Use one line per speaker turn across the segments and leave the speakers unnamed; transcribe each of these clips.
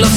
las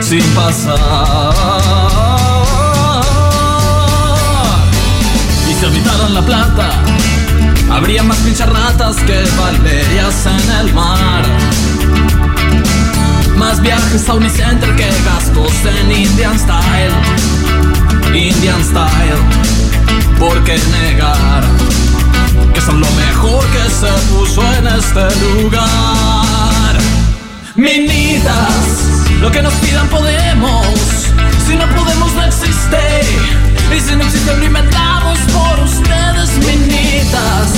Sin pasar. Y si habitaran la plata, habría más pincharratas que valerias en el mar. Más viajes a Unicenter que gastos en Indian Style. Indian Style, ¿por qué negar? Que son lo mejor que se puso en este lugar. Minitas, lo que nos pidan podemos. Si no podemos, no existe. Y si no existe, lo inventamos por ustedes, minitas.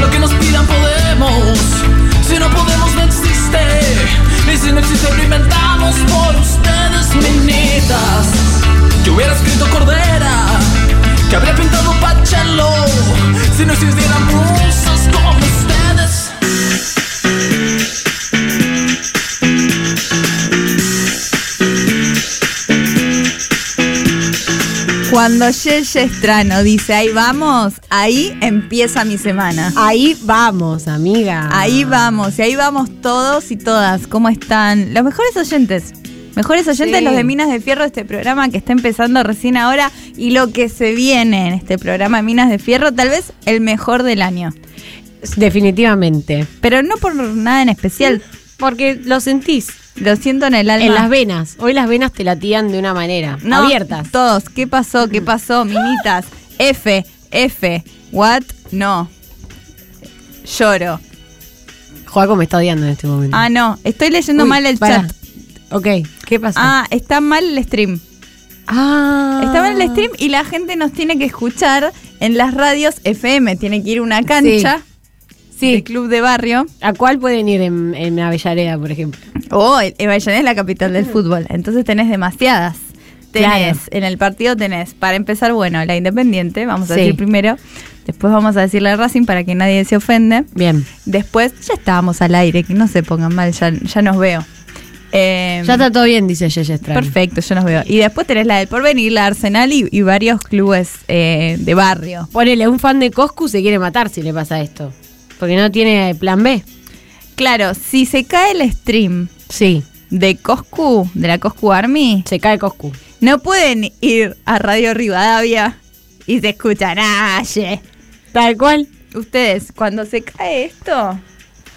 Lo que nos pidan podemos. Si no podemos, no existe. Y si no existe, lo inventamos por ustedes, minitas. Que hubiera escrito Cordera, que habría pintado Pachelo. Si no existieran musas como ustedes.
Cuando Yeye Estrano dice ahí vamos, ahí empieza mi semana.
Ahí vamos, amiga.
Ahí vamos, y ahí vamos todos y todas. ¿Cómo están? Los mejores oyentes. Mejores oyentes,
Sí.
los de Minas de Fierro, este programa que está empezando recién ahora y lo que se viene en este programa Minas de Fierro, tal vez el mejor del año.
Definitivamente.
Pero no por nada en especial,
Porque lo sentís
lo siento en el alma.
en las venas. Hoy las venas te latían de una manera.
No,
abiertas.
Todos, ¿qué pasó? ¿Qué pasó? Minitas, F, F, what? No. Lloro.
Joaco me está odiando en este momento.
Ah, no, estoy leyendo
Uy,
mal el
pará.
chat.
Ok, ¿qué pasó?
Ah, está mal el stream.
Ah.
Está mal el stream y la gente nos tiene que escuchar en las radios FM. Tiene que ir a una cancha de
Sí.
club de barrio.
¿A cuál pueden ir en, en Avellaneda, por ejemplo?
Oh, el- el Avellaneda es la capital del fútbol. Entonces tenés demasiadas. Tenés,
Mm. Claro.
en el partido tenés, para empezar, bueno, la Independiente, vamos a
Sí.
decir primero. Después vamos a decir la Racing para que nadie se ofende.
Bien.
Em. Después, ya estábamos al aire, que no se pongan mal, ya, ya nos veo. Eh,
Ya está todo bien, dice Yeye Estrada.
Perfecto, yo nos veo. Y después tenés la del porvenir, la Arsenal y, y varios clubes eh, de barrio.
Ponele, un fan de Coscu se quiere matar si le pasa esto. Porque no tiene plan B.
Claro, si se cae el stream
Sí,
de Coscu, de la Coscu Army,
se cae Coscu.
no pueden ir a Radio Rivadavia y se escuchan aye.
Tal cual.
Ustedes, cuando se cae esto,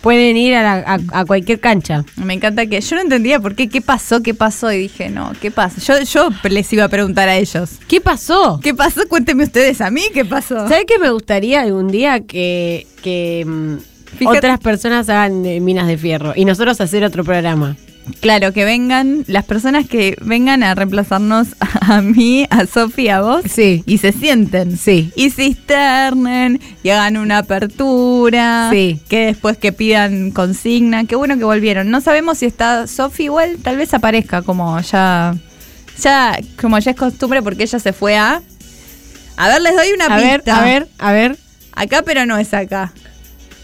Pueden ir a, la- a- a cualquier cancha.
me encanta que yo no entendía por qué, qué pasó, qué pasó, y dije, no, qué pasa. Yo, yo les iba a preguntar a ellos.
¿Qué pasó?
¿Qué pasó? Cuéntenme ustedes a mí, ¿qué pasó?
¿Sabes qué me gustaría algún día que, que, mm,
Fíjate-
otras personas hagan eh, minas de fierro y nosotros hacer otro programa?
Claro, que vengan las personas que vengan a reemplazarnos a, a mí, a Sofía, a vos.
Sí.
Y se sienten.
Sí.
Y cisternen, y hagan una apertura.
Sí.
Que después que pidan consigna. Qué bueno que volvieron. No sabemos si está Sofi igual, tal vez aparezca como ya. Ya, como ya es costumbre porque ella se fue a. A ver, les doy una
A ver,
pista.
a ver, a ver.
Acá, pero no es acá.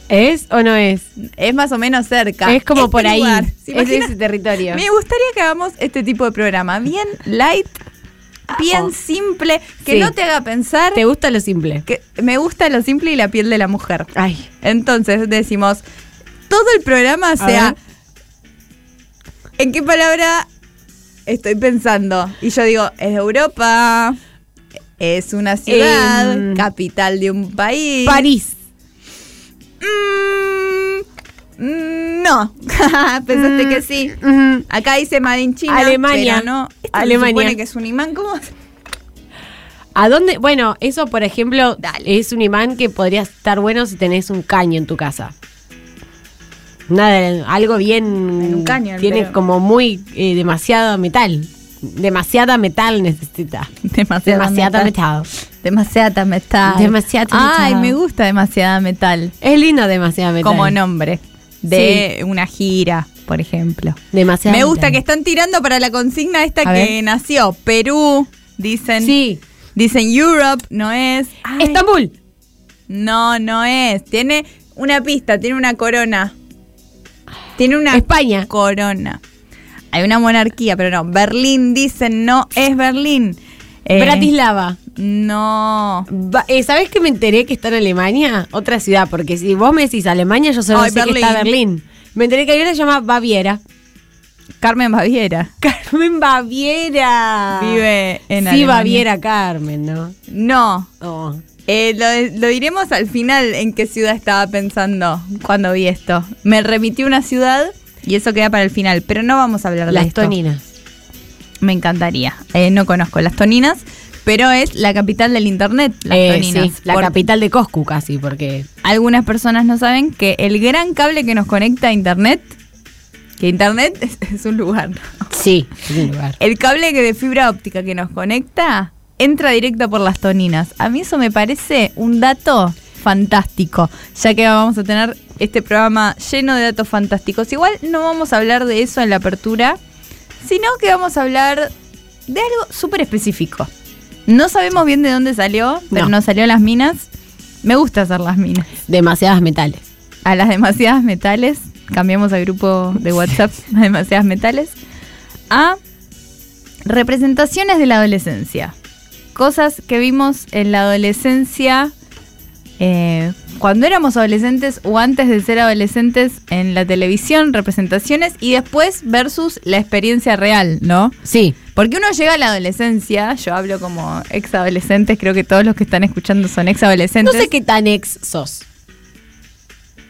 ¿Es o no es?
Es más o menos cerca.
Es como
Este
por ahí.
lugar.
Es
¿Se imaginan?
ese territorio.
Me gustaría que hagamos este tipo de programa. Bien light, bien simple, que
Sí.
no te haga pensar.
¿Te gusta lo simple?
que me gusta lo simple y la piel de la mujer.
Ay.
Entonces decimos, todo el programa sea.
ver.
¿En qué palabra estoy pensando? Y yo digo, es de Europa, es una ciudad,
Em,
capital de un país.
París.
Mm, mm, no. Pensaste
Mm.
que sí. Acá dice Made in China.
Alemania.
pero no. Esto se
Alemania.
supone que es un imán. ¿Cómo?
¿A dónde? Bueno, eso por ejemplo
Dale.
es un imán que podría estar bueno si tenés un caño en tu casa. Nada, algo bien.
En un caño,
Tiene
pero-
como muy eh, demasiado metal. Demasiada metal necesita.
Demasiado,
Demasiado metal.
Demasiada metal.
Demasiada
Ay,
metal.
me gusta demasiada metal.
Es lindo demasiado metal.
Como nombre de una gira. por ejemplo.
Demasiado.
Me gusta que
vital.
están tirando para la consigna esta
A
que
ver.
nació. Perú, dicen.
Sí.
Dicen Europe, no es. Ay,
Estambul.
No, no es. Tiene una pista, tiene una corona. Tiene una
España.
corona. Hay una monarquía, pero no. Berlín, dicen, no es Berlín. Eh,
Bratislava.
No.
Ba- eh, ¿Sabés que me enteré que está en Alemania? Otra ciudad, porque si vos me decís Alemania, yo solo
Ay,
sé que está Berlín. Me enteré que hay una que se llama Baviera.
Carmen Baviera.
Carmen Baviera.
Vive en
Ah. sí,
Alemania.
Baviera Carmen, ¿no?
No.
Oh.
Eh, lo, lo diremos al final en qué ciudad estaba pensando cuando vi esto. Me remitió una ciudad y eso queda para el final, pero no vamos a hablar de
Las
esto.
toninas.
Me encantaría. Eh, no conozco las Toninas, pero es la capital del internet, las
Eh,
Toninas.
sí, la
Por-
capital de Coscu casi, porque...
Algunas personas no saben que el gran cable que nos conecta a internet, que internet es, es un lugar, ¿no?
Sí, es un lugar.
el cable que de fibra óptica que nos conecta entra directo por las toninas. A mí eso me parece un dato fantástico, ya que vamos a tener este programa lleno de datos fantásticos. Igual no vamos a hablar de eso en la apertura, sino que vamos a hablar de algo súper específico. No sabemos bien de dónde salió, pero
No.
nos salió a las minas. Me gusta hacer las minas.
Demasiadas metales.
A las demasiadas metales, cambiamos al grupo de WhatsApp, a demasiadas metales, a representaciones de la adolescencia. Cosas que vimos en la adolescencia, eh, cuando éramos adolescentes o antes de ser adolescentes en la televisión, representaciones y después versus la experiencia real, ¿no?
Sí.
Porque uno llega a la adolescencia, yo hablo como ex adolescentes, creo que todos los que están escuchando son ex
No
adolescentes.
sé qué tan ex sos.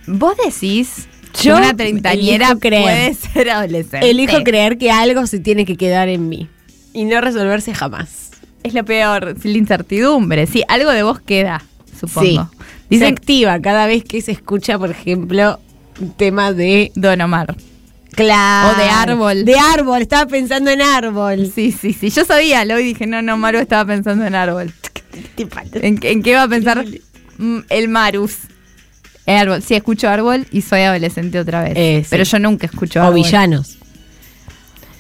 Vos decís que
Yo
una treintañera
elijo creer.
puede ser adolescente.
Elijo creer que algo se tiene que quedar en mí y no resolverse jamás.
Es lo peor, la incertidumbre. Sí, algo de vos queda, supongo.
Sí. se
Dicen
activa cada vez que se escucha, por ejemplo, un tema de
Don Omar.
claro
O de árbol.
De árbol, estaba pensando en árbol.
Sí, sí, sí. Yo sabía, lo vi y dije, no, no, Maru estaba pensando en árbol.
Te falta-
¿En, qué- en qué va a pensar mm, el Marus? El árbol. Sí, escucho árbol y soy adolescente otra vez.
Eh, sí.
Pero yo nunca escucho
O
árbol.
villanos.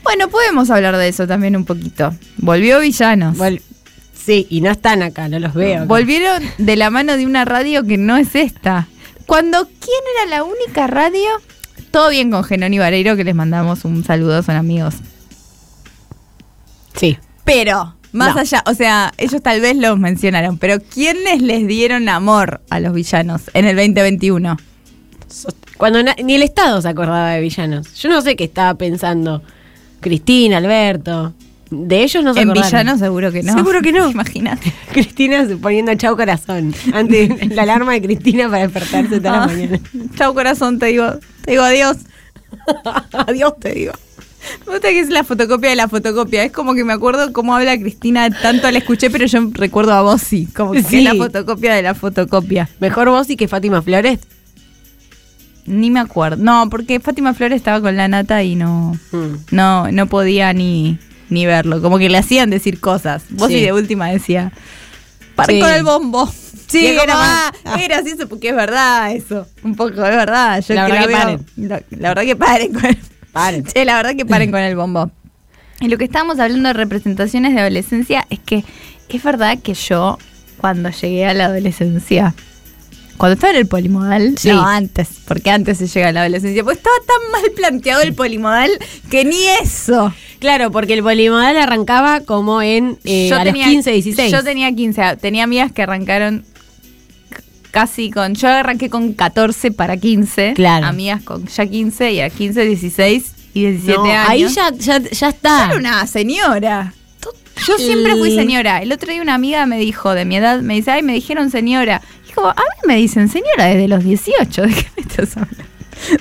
Bueno, podemos hablar de eso también un poquito. Volvió Villanos.
Vol- sí, y no están acá, no los veo. acá.
Volvieron de la mano de una radio que no es esta. Cuando quién era la única radio, todo bien con Genoni Vareiro, que les mandamos un saludo, son amigos.
Sí.
Pero, más
No.
allá, o sea, ellos tal vez los mencionaron, pero ¿quiénes les dieron amor a los villanos en el 2021?
Sos- Cuando na- ni el Estado se acordaba de villanos. Yo no sé qué estaba pensando Cristina, Alberto. De ellos no se
en
acordaron.
villanos seguro que no.
Seguro que no.
Imagínate.
Cristina poniendo chau corazón. Antes la alarma de Cristina para despertarse toda la
Ah,
mañana.
Chau corazón, te digo, te digo adiós.
Adiós, te digo.
Me gusta que es la fotocopia de la fotocopia. Es como que me acuerdo cómo habla Cristina, tanto la escuché, pero yo recuerdo a vos sí. Como que
Sí.
es la fotocopia de la fotocopia.
Mejor vos y que Fátima Flores.
Ni me acuerdo. No, porque Fátima Flores estaba con la nata y no,
Mm.
no, no podía ni, ni verlo. Como que le hacían decir cosas. Vos
Sí.
y de última decía. Parco
Sí.
el bombo. Sí,
Y es como,
era, ah,
ah.
era así, eso, porque es verdad eso. Un poco, es verdad. Yo
La
que
verdad
la
que
veo- la- la verdad que paren con el-
Paren.
Che, la verdad que paren con el bombo. En lo que estábamos hablando de representaciones de adolescencia es que es verdad que yo, cuando llegué a la adolescencia, cuando estaba en el polimodal,
Sí.
no antes, porque antes se llega a la adolescencia, pues estaba tan mal planteado el polimodal que ni eso.
Claro, porque el polimodal arrancaba como en eh, a los 15, 16.
Yo tenía 15, tenía amigas que arrancaron c- casi con. Yo arranqué con 14 para 15.
Claro.
Amigas con ya 15 y a 15, 16 y 17
No,
años.
Ahí ya, ya, ya está.
Yo era una señora. Yo siempre fui
Mm.
señora. El otro día una amiga me dijo de mi edad, me dice, ay, me dijeron señora. Y como, a mí me dicen señora desde los 18. ¿De qué me estás hablando?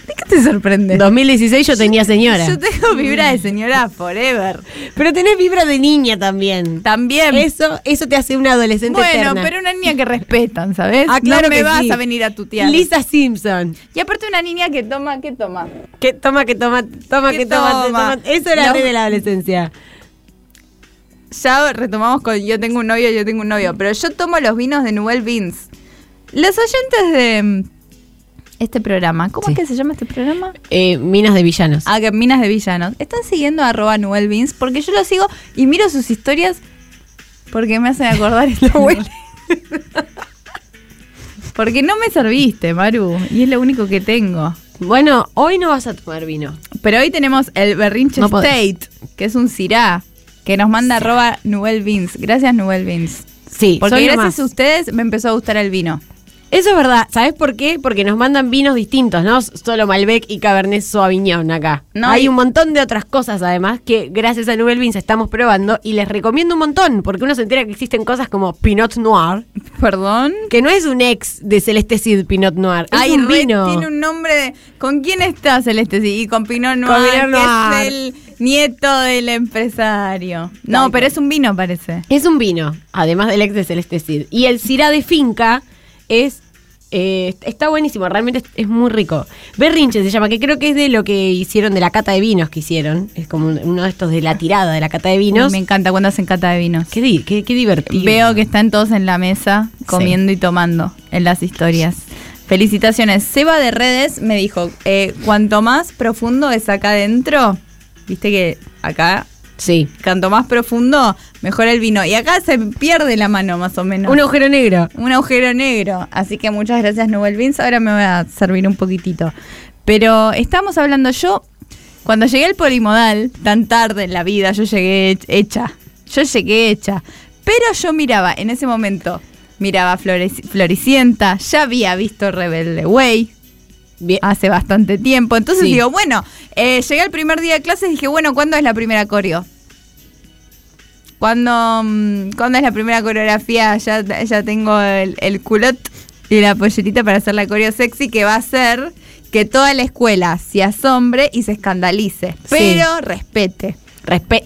¿De qué te sorprende?
En 2016 yo tenía señora.
Yo tengo vibra de señora forever.
Pero tenés vibra de niña también.
También.
Eso, eso te hace una adolescente
Em, bueno,
eterna.
pero una niña que respetan, ¿sabes?
Ah, claro
no me
que
vas
sí.
a venir a tu tía.
Lisa Simpson.
Y aparte una niña que toma, ¿qué toma?
Que toma, que toma, toma,
Que
que toma, te
toma.
toma. Eso era
Los-
re de la adolescencia.
Ya retomamos con yo tengo un novio, yo tengo un novio, pero yo tomo los vinos de Nouvelle Beans. Los oyentes de mm, este programa. ¿Cómo
Sí.
es que se llama este programa?
Eh, minas de villanos.
Ah, que Minas de Villanos. Están siguiendo a arroba Noel Beans porque yo lo sigo y miro sus historias porque me hacen acordar esta abuela. porque no me serviste, Maru. Y es lo único que tengo.
Bueno, hoy no vas a tomar vino.
Pero hoy tenemos el Berrinche
No podés.
State, que es un cirá, que nos manda arroba Nubel Beans. Gracias, Nubel Beans.
Sí,
Porque
soy lo
gracias
más.
a ustedes me empezó a gustar el vino.
Eso es verdad. ¿Sabes por qué? Porque nos mandan vinos distintos, ¿no? Solo Malbec y Cabernet Sauvignon acá.
No,
Hay
y-
un montón de otras cosas, además, que gracias a Nubel Beans estamos probando y les recomiendo un montón, porque uno se entera que existen cosas como Pinot Noir,
Perdón.
que no es un ex de Celeste Cid Pinot Noir, es
Ay,
un
re-
vino.
tiene un nombre de... ¿Con quién está Celeste? Sí, y con Pinot Noir,
Con Pinot
que
Noir.
es el nieto del empresario. No,
Tal
pero
cual.
es un vino, parece.
Es un vino, además del ex de Celeste Cid. Y el Syrah de finca es. eh, está buenísimo, realmente es, es muy rico. Berrinche se llama, que creo que es de lo que hicieron de la cata de vinos que hicieron. Es como un- uno de estos de la tirada de la cata de vinos.
Me encanta cuando hacen cata de vinos.
Qué, di- qué- qué divertido.
Veo que están todos en la mesa comiendo y tomando en las historias. Felicitaciones. Seba de redes me dijo, eh, cuanto más profundo es acá adentro, viste que acá,
Sí.
cuanto más profundo, mejor el vino. Y acá se pierde la mano más o menos.
Un agujero negro.
Un agujero negro. Así que muchas gracias, Nubel Beans. Ahora me voy a servir un poquitito. Pero estamos hablando yo. Cuando llegué al polimodal, tan tarde en la vida, yo llegué hech- hecha. Yo llegué hecha. Pero yo miraba, en ese momento, miraba Florec- Floricienta, ya había visto Rebelde Way
Bien.
hace bastante tiempo. Entonces
Sí.
digo, bueno, eh, llegué al primer día de clases y dije, bueno, ¿cuándo es la primera coreo? ¿Cuándo, mm, ¿cuándo es la primera coreografía? Ya, ya tengo el, el culot y la pollerita para hacer la coreo sexy que va a ser que toda la escuela se asombre y se escandalice, pero respete.
Respe-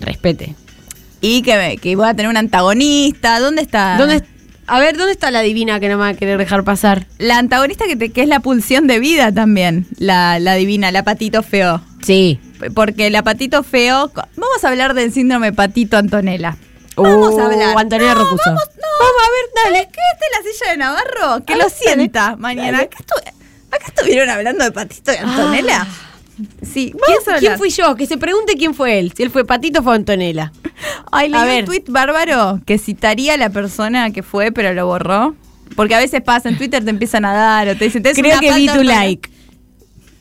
respete.
Y que, me- que voy a tener un antagonista. ¿Dónde está?
¿Dónde, es- a ver, ¿dónde está la divina que no me va a querer dejar pasar?
La antagonista que, te- que es la pulsión de vida también, la, la divina, la patito feo.
Sí.
Porque la patito feo. co- Vamos a hablar del síndrome patito Antonella. Vamos
Uh,
a hablar.
Antonella
no,
Rocuso.
Vamos, no, vamos a ver, dale. ¿Qué está en la silla de Navarro? Que
Ah,
lo
dale,
sienta mañana. Acá, estu- acá estuvieron hablando de patito de Antonella. Sí,
¿Quién,
Ah. vamos a
quién
hablar.
fui yo? Que se pregunte quién fue él. Si él fue Patito o fue Antonella.
Ay, leí
A
un
ver.
tuit bárbaro que citaría a la persona que fue, pero lo borró. Porque a veces pasa, en Twitter te empiezan a dar o te dicen, "Tenés
Creo
una
que
pata
vi tu
Antonella".
like.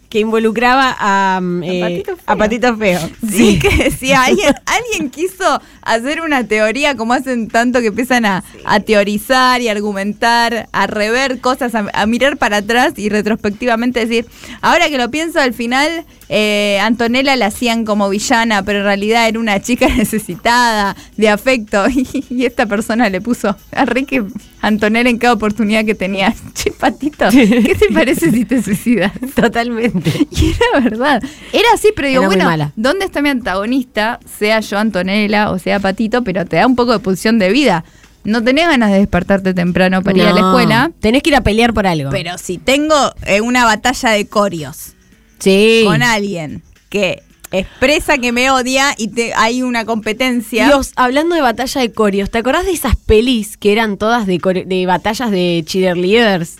Que involucraba a, mm, eh,
Patito Feo.
a Patito Feo.
Sí, que decía, alguien, alguien quiso hacer una teoría como hacen tanto que empiezan a, a teorizar y argumentar, a rever cosas, a, a mirar para atrás y retrospectivamente decir, ahora que lo pienso al final, eh, Antonella la hacían como villana, pero en realidad era una chica necesitada de afecto y, y esta persona le puso a Ricky Antonella en cada oportunidad que tenía. Che, patito, ¿qué te parece si te suicidas?
Totalmente.
Y era verdad. Era así, pero digo,
Era muy
bueno,
mala.
¿dónde está mi antagonista? Sea yo Antonella o sea Patito, pero te da un poco de pulsión de vida. No tenés ganas de despertarte temprano para ir a la
No,
escuela.
Tenés que ir a pelear por algo.
Pero si tengo eh, una batalla de corios
sí.
con alguien que expresa que me odia y te- hay una competencia.
Dios, hablando de batalla de corios, ¿te acordás de esas pelis que eran todas de, core- de batallas de cheerleaders?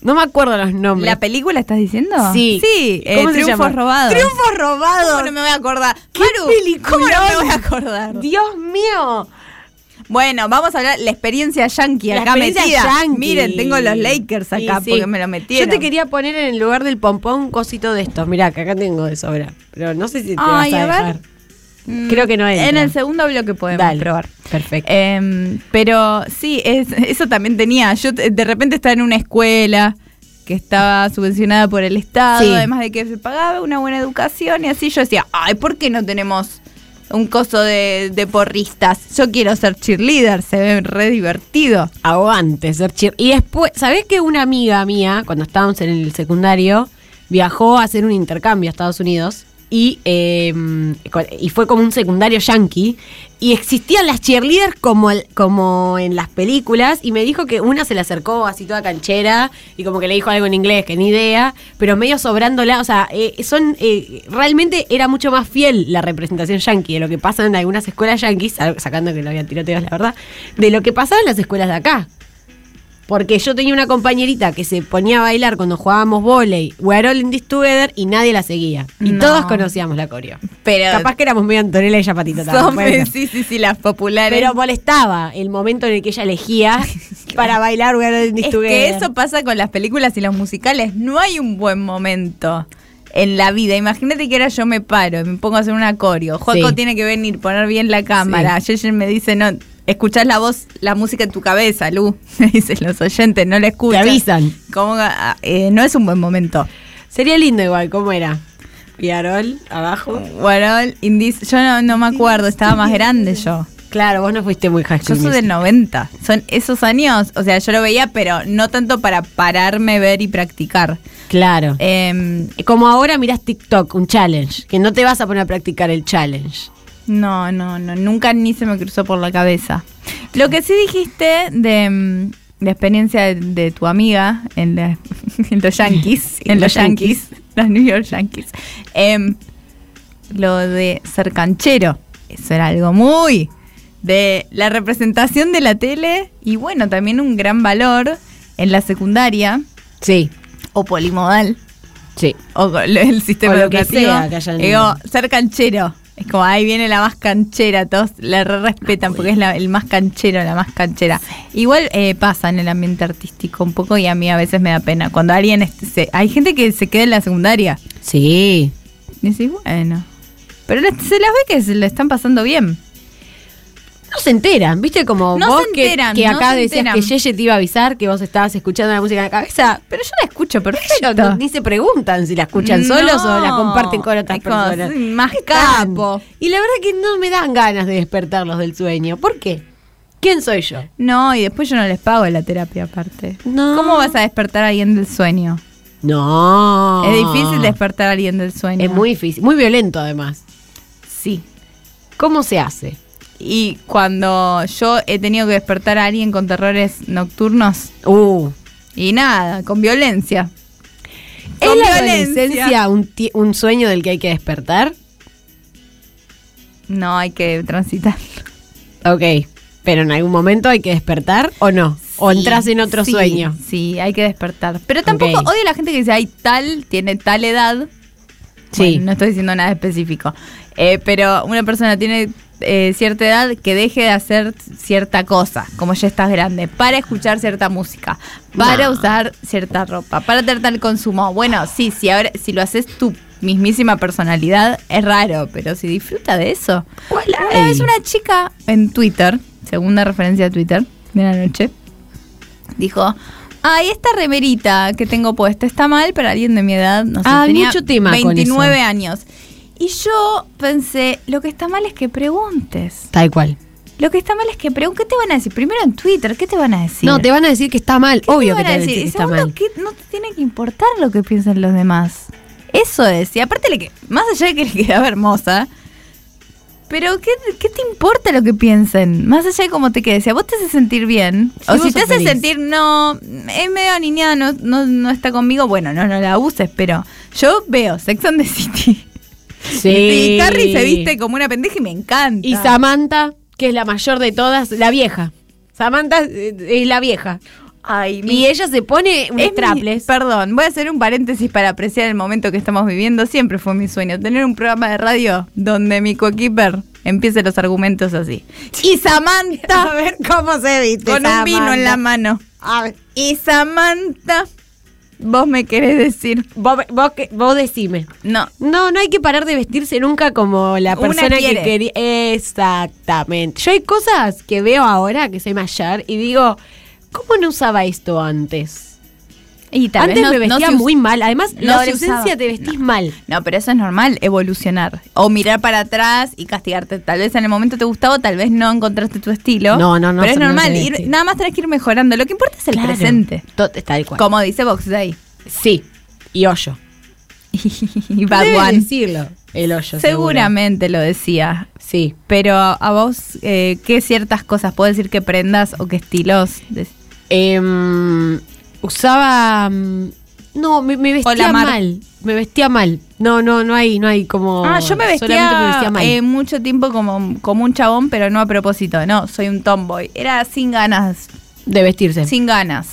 No me acuerdo los nombres.
¿La película estás diciendo?
Sí.
Sí, eh,
¿Cómo se
Triunfos
llama?
Robados.
Triunfos
Robados. ¿Cómo no me voy a acordar? Maru, ¿cómo no me voy a acordar?
Dios mío.
Bueno, vamos a hablar la experiencia yankee
La
acá
experiencia
metida.
yankee.
Miren, tengo los Lakers acá
Y sí.
porque me lo metieron.
Yo te quería poner en el lugar del pompón un cosito de estos. Mirá, que acá tengo de sobra. Pero no sé si te
Ay,
vas a,
a ver.
dejar. creo que no entra.
En el segundo bloque podemos
Dale.
probar.
Perfecto. Eh,
Em, pero sí, es- eso también tenía. Yo te- de repente estaba en una escuela que estaba subvencionada por el Estado,
Sí.
además de que se pagaba una buena educación y así yo decía, ay, ¿por qué no tenemos un coso de, de porristas? Yo quiero ser cheerleader, se ve re divertido.
Aguante, ser cheer. Y después, ¿sabés que una amiga mía, cuando estábamos en el secundario, viajó a hacer un intercambio a Estados Unidos? Y, eh, co- y fue como un secundario yankee. Y existían las cheerleaders como, el- como en las películas. Y me dijo que una se le acercó así toda canchera. Y como que le dijo algo en inglés, que ni idea. Pero medio sobrándola. O sea, eh, son eh, realmente era mucho más fiel la representación yankee de lo que pasa en algunas escuelas yankees. sal- Sacando que no había tiroteos, la verdad. De lo que pasaba en las escuelas de acá. Porque yo tenía una compañerita que se ponía a bailar cuando jugábamos volei, We're all in this together, y nadie la seguía. Y
No.
todos conocíamos la coreo.
Pero-
Capaz que éramos medio Antonella y Zapatito también.
Son-
puede ser.
sí, sí, sí, las populares.
Pero molestaba el momento en el que ella elegía para bailar We're all in this
Es
together.
que eso pasa con las películas y los musicales. No hay un buen momento en la vida. Imagínate que ahora yo me paro y me pongo a hacer un acorio. Juaco
Sí.
tiene que venir, poner bien la cámara. Yeye me dice, no, escuchás la voz, la música en tu cabeza, Lu. Me dicen los oyentes, no la
Te
escuchan.
avisan.
Como, ah, eh, no es un buen momento.
Sería lindo igual, ¿cómo era? Piarol, abajo.
Guarol, Indis, yo no, no me acuerdo, estaba más grande yo.
Claro, vos no fuiste muy high
Yo soy
school
del
musical.
90. Son esos años, o sea, yo lo veía, pero no tanto para pararme, ver y practicar.
Claro. Eh,
Em,
Como ahora mirás TikTok, un challenge, que no te vas a poner a practicar el challenge.
No, no, no, nunca ni se me cruzó por la cabeza. Lo que sí dijiste de mm, la experiencia de, de tu amiga en, la- en los Yankees, en los Yankees, los New York Yankees, em, lo de ser canchero, eso era algo muy de la representación de la tele y bueno, también un gran valor en la secundaria
Sí,
o polimodal
sí.
o con lo- el sistema
O lo que
educativo.
sea que hayan-
Digo, ser canchero. Es como, ahí viene la más canchera, todos la re respetan porque es la- el más canchero, la más canchera. Igual eh, pasa en el ambiente artístico un poco y a mí a veces me da pena. Cuando alguien, es- se- hay gente que se queda en la secundaria.
Sí.
Y decís, bueno. Pero las- se las ve que se lo están pasando bien.
No se enteran, ¿viste? Como
No
vos
se
que-
enteran,
que,
no
acá
se
decías
enteran.
que Yeye te iba a avisar que vos estabas escuchando la música en la cabeza.
Pero yo la escucho
Ellos
perfecto.
no- ni se preguntan si la escuchan solos o la
No.
comparten con otras
Es como,
personas.
sí, Más
Están.
capo.
Y la verdad que no me dan ganas de despertarlos del sueño. ¿Por qué? ¿Quién soy yo?
No, y después yo no les pago la terapia aparte.
No.
¿Cómo vas a despertar a alguien del sueño?
No.
Es difícil despertar a alguien del sueño.
Ah. Es muy difícil, muy violento además.
Sí.
¿Cómo se hace?
Y cuando yo he tenido que despertar a alguien con terrores nocturnos,
Uh.
y nada, con violencia.
¿Es
Con
la
violencia.
adolescencia un, ti- un sueño del que hay que despertar?
No, hay que transitar.
Ok. Pero en algún momento hay que despertar o no. O
Sí,
entras en otro
sí,
sueño.
Sí, hay que despertar. Pero tampoco
Ok.
odio a la gente que dice, ay, tal, tiene tal edad.
Sí.
Bueno, no estoy diciendo nada específico. Eh, pero una persona tiene eh, cierta edad que deje de hacer cierta cosa, como ya estás grande, para escuchar cierta música, para
No.
usar cierta ropa, para tener tal consumo. Bueno, sí, si, ahora, si lo haces tu mismísima personalidad, es raro, pero si disfruta de eso.
¿Cuál
Una
hay?
vez una chica en Twitter, segunda referencia a Twitter de la noche, dijo. Ay, esta remerita que tengo puesta está mal para alguien de mi edad. No sé,
Ah,
tenía
mucho tema con eso.
29 años. Y yo pensé, lo que está mal es que preguntes.
Tal cual.
Lo que está mal es que preguntes. ¿Qué te van a decir? Primero en Twitter, ¿qué te van a decir?
No, te van a decir que está mal.
¿Qué
Obvio que
van
te
a
van a decir que
Y
está
segundo,
mal.
que no te tiene que importar lo que piensan los demás. Eso es. Y aparte, le que, más allá de que le quedaba hermosa, pero ¿qué, qué te importa lo que piensen? Más allá de cómo te quedes. Si a vos te hace sentir bien,
Si
o
vos
si te
sos
hace
feliz.
sentir, no, es medio niñada, no, no, no está conmigo, bueno, no, no la uses, pero yo veo Sex and the City. Y Carrie se viste como una pendeja y me encanta.
Y Samantha, que es la mayor de todas, la vieja. Samantha eh, es la vieja.
Ay, mi-
Y ella se pone un
Es mi-
strapless.
perdón, voy a hacer un paréntesis para apreciar el momento que estamos viviendo. Siempre fue mi sueño tener un programa de radio donde mi coequiper empiece los argumentos así. Y Samantha
ver cómo se viste.
con un vino en la mano.
mano.
Y Samantha, vos me querés decir.
Vos, vos que- vos decime.
No,
No, no hay que parar de vestirse nunca como la
Una
persona que
quiere.
quería. Exactamente. Yo hay cosas que veo ahora que soy mayor y digo, ¿cómo no usaba esto antes?
y tal
antes
vez no-
me
no
vestía
se us-
muy mal. Además,
no
la
se
adolescencia
usaba.
te vestís mal.
No, pero eso es normal, evolucionar. O mirar para atrás y castigarte. Tal vez en el momento te gustaba, tal vez no encontraste tu estilo.
No, no, no,
Pero es
eso no
normal,
te
ir-
viste.
nada más tenés que ir mejorando. Lo que importa es el
Claro.
presente.
To- Tal cual.
Como dice Box Day.
Sí. Y hoyo.
y Bad
Debe
One.
decirlo. El hoyo. seguro.
Seguramente lo decía.
Sí.
Pero a vos, eh, ¿qué ciertas cosas puedo decir que prendas o qué estilos? Des-
Em, usaba. mm, No, me, me vestía
Hola, Mar.
mal. Me vestía mal. No, no, no hay, no hay como.
ah, yo me
Oh, solamente
vestía,
me vestía mal.
eh, mucho tiempo como, como un chabón, pero no a propósito. No, soy un tomboy. Era sin ganas.
de vestirse.
sin ganas.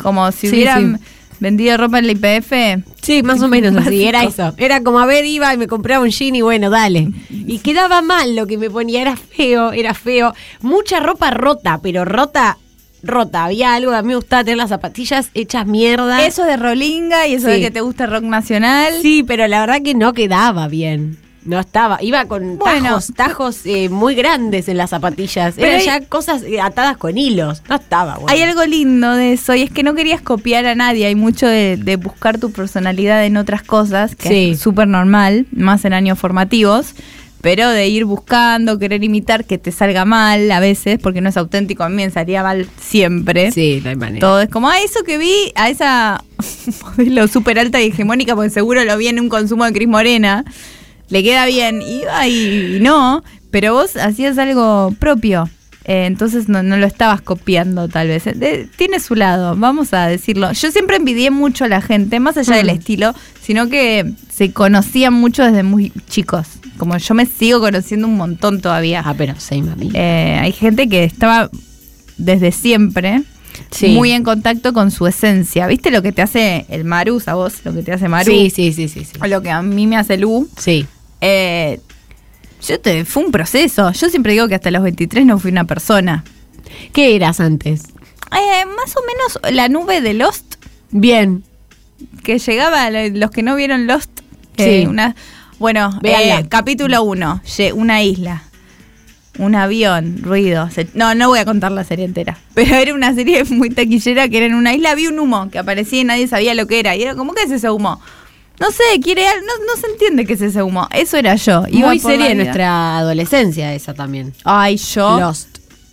Como si
Sí,
hubieran vendido ropa en la IPF.
Sí, más o menos así,
Básico.
era eso. Era como, a ver, iba y me compraba un jean y bueno, dale. Y quedaba mal lo que me ponía, era feo, era feo. Mucha ropa rota, pero rota, rota. Había algo, a mí me gustaba tener las zapatillas hechas mierda.
Eso de Rolinga y eso
Ah. Sí.
de que te gusta rock nacional.
Sí, pero la verdad que no quedaba bien. No estaba, iba con
Bueno.
tajos, tajos eh, muy grandes en las zapatillas.
Pero
Eran
hay-
ya cosas eh, atadas con hilos. No estaba, bueno.
Hay algo lindo de eso y es que no querías copiar a nadie. Hay mucho de, de buscar tu personalidad en otras cosas, que
Sí.
es súper normal, más en años formativos. Pero de ir buscando, querer imitar, que te salga mal a veces, porque no es auténtico, a mí me salía mal siempre.
Sí, no hay manera.
Todo es como, a eso que vi, a esa modelo súper alta y hegemónica, porque seguro lo vi en un consumo de Cris Morena, le queda bien, iba y, y no, pero vos hacías algo propio, eh, entonces no, no lo estabas copiando tal vez. Eh, de- tiene su lado, vamos a decirlo. Yo siempre envidié mucho a la gente, más allá del
Mm.
estilo, sino que se conocían mucho desde muy chicos, como yo me sigo conociendo un montón todavía.
Ah, pero sí, mami.
Eh, hay gente que estaba desde siempre
Sí.
muy en contacto con su esencia. ¿Viste lo que te hace el Marus a vos? Lo que te hace Maru.
Sí, sí, sí, sí. Sí.
O lo que a mí me hace Lu.
sí.
Eh, yo te, fue un proceso. Yo siempre digo que hasta los 23 no fui una persona.
¿Qué eras antes?
Eh, más o menos la nube de Lost
Bien.
que llegaba, lo- los que no vieron Lost,
Sí.
eh, una, bueno,
Véanla.
eh, capítulo 1, una isla, un avión, ruido, se- no, no voy a contar la serie entera, pero era una serie muy taquillera que era en una isla, había un humo que aparecía y nadie sabía lo que era, y era como, ¿qué es ese humo? No sé, quiere al- no, no se entiende qué es ese humo, eso era yo. iba
muy
por la
seria en
vida.
nuestra adolescencia esa también.
Ay, yo...
Lost.